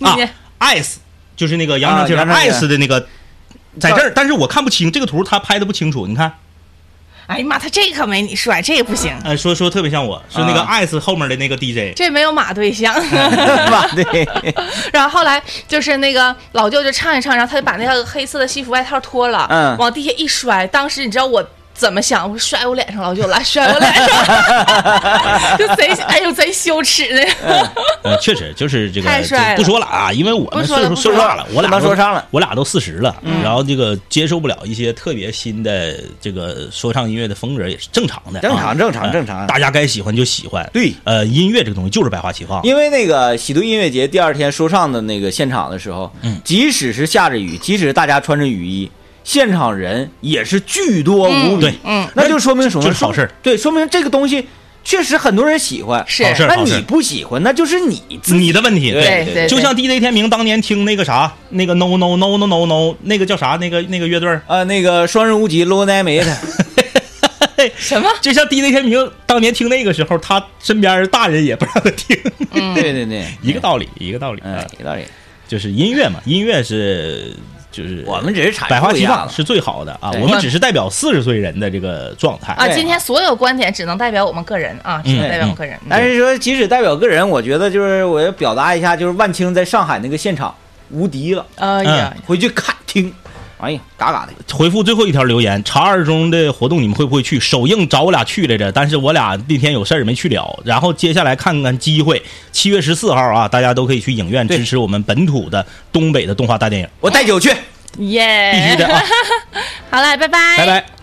Speaker 2: 啊
Speaker 3: 你
Speaker 2: ，Ice 就是那个杨
Speaker 5: 啊
Speaker 2: 丞
Speaker 5: 杨
Speaker 2: 琳
Speaker 5: 丞琳
Speaker 2: Ice 的那个。在这儿，但是我看不清这个图，他拍的不清楚。你看，
Speaker 3: 哎呀妈，他这可没你帅，这也不行，
Speaker 2: 呃，说说特别像我，是那个
Speaker 5: 啊
Speaker 2: Ice 后面的那个
Speaker 3: [laughs]
Speaker 2: DJ，
Speaker 3: 这没有马对象。
Speaker 5: 哎妈对，
Speaker 3: [laughs] 然后后来就是那个老舅就唱一唱，然后他就把那个黑色的西服外套脱了，
Speaker 5: 嗯
Speaker 3: 往地下一摔。当时你知道我怎么想？我说摔我脸上，老舅来摔我脸上，就贼哎呦贼羞耻啊的。
Speaker 2: 呃，确实就是这个，
Speaker 3: 太帅了
Speaker 2: 就不说了啊，因为我们
Speaker 3: 不
Speaker 2: 岁
Speaker 3: 说了
Speaker 2: 数
Speaker 3: 不
Speaker 2: 岁
Speaker 3: 说
Speaker 2: 数
Speaker 3: 了嗯
Speaker 2: 大了，我俩
Speaker 5: 不能
Speaker 2: 都
Speaker 5: 说唱了，
Speaker 2: 我俩都四十了，然后这个接受不了一些特别新的这个说唱音乐的风格也是正常的啊，
Speaker 5: 正常正常
Speaker 2: 呃
Speaker 5: 正常
Speaker 2: 大家该喜欢就喜欢。
Speaker 5: 对
Speaker 2: 呃，音乐这个东西就是百花齐放，
Speaker 5: 因为那个喜度音乐节第二天说唱的那个现场的时候，
Speaker 2: 嗯
Speaker 5: 即使是下着雨，即使大家穿着雨衣，现场人也是巨多无比，
Speaker 2: 对
Speaker 3: 嗯，
Speaker 5: 那就说明什么？
Speaker 2: 这是好事儿
Speaker 5: 对，说明这个东西确实很多人喜欢，
Speaker 3: 是
Speaker 2: 好事儿
Speaker 5: 那
Speaker 2: 好事
Speaker 5: 你
Speaker 2: 儿，
Speaker 5: 不喜欢，那就是你自己
Speaker 2: 你的问题。
Speaker 3: 对对
Speaker 2: 就像 DJ 天明当年听那个啥，那个 No No No No No No，那个叫啥？那个那个乐队 [laughs] 儿，
Speaker 5: 呃，那个双人无极 low n a m e
Speaker 3: 什么？
Speaker 2: 就像 DJ 天明当年听那个时候，他身边大人也不让他听，
Speaker 5: [laughs] 对对对，
Speaker 2: [laughs] 一个道理，一个道理。
Speaker 5: 嗯
Speaker 2: 啊，
Speaker 5: 有道理。
Speaker 2: 就是音乐嘛，音乐是就是
Speaker 5: 我们只是阐述
Speaker 2: 百花齐
Speaker 5: 一下
Speaker 2: 放
Speaker 5: 子
Speaker 2: 是最好的啊，
Speaker 5: 对
Speaker 2: 我们只是代表四十岁人的这个状态。
Speaker 3: 啊，
Speaker 5: 对
Speaker 3: 今天所有观点只能代表我们个人啊，只能代表我们个人。
Speaker 5: 但是说，即使代表个人，我觉得就是我要表达一下，就是万青在上海那个现场无敌了，
Speaker 3: 哎呀，
Speaker 5: 回去看听，哎呀，嘎嘎的。
Speaker 2: 回复最后一条留言，查二中的活动你们会不会去？首映找我俩去来着，但是我俩那天有事儿没去了。然后接下来看看机会，七月十四号啊，大家都可以去影院
Speaker 5: 对
Speaker 2: 支持我们本土的东北的动画大电影，
Speaker 5: 我带酒去。
Speaker 3: [laughs]
Speaker 2: 必须 [laughs]
Speaker 3: 耶！
Speaker 2: 的啊！
Speaker 3: 好了，拜拜，
Speaker 2: 拜拜。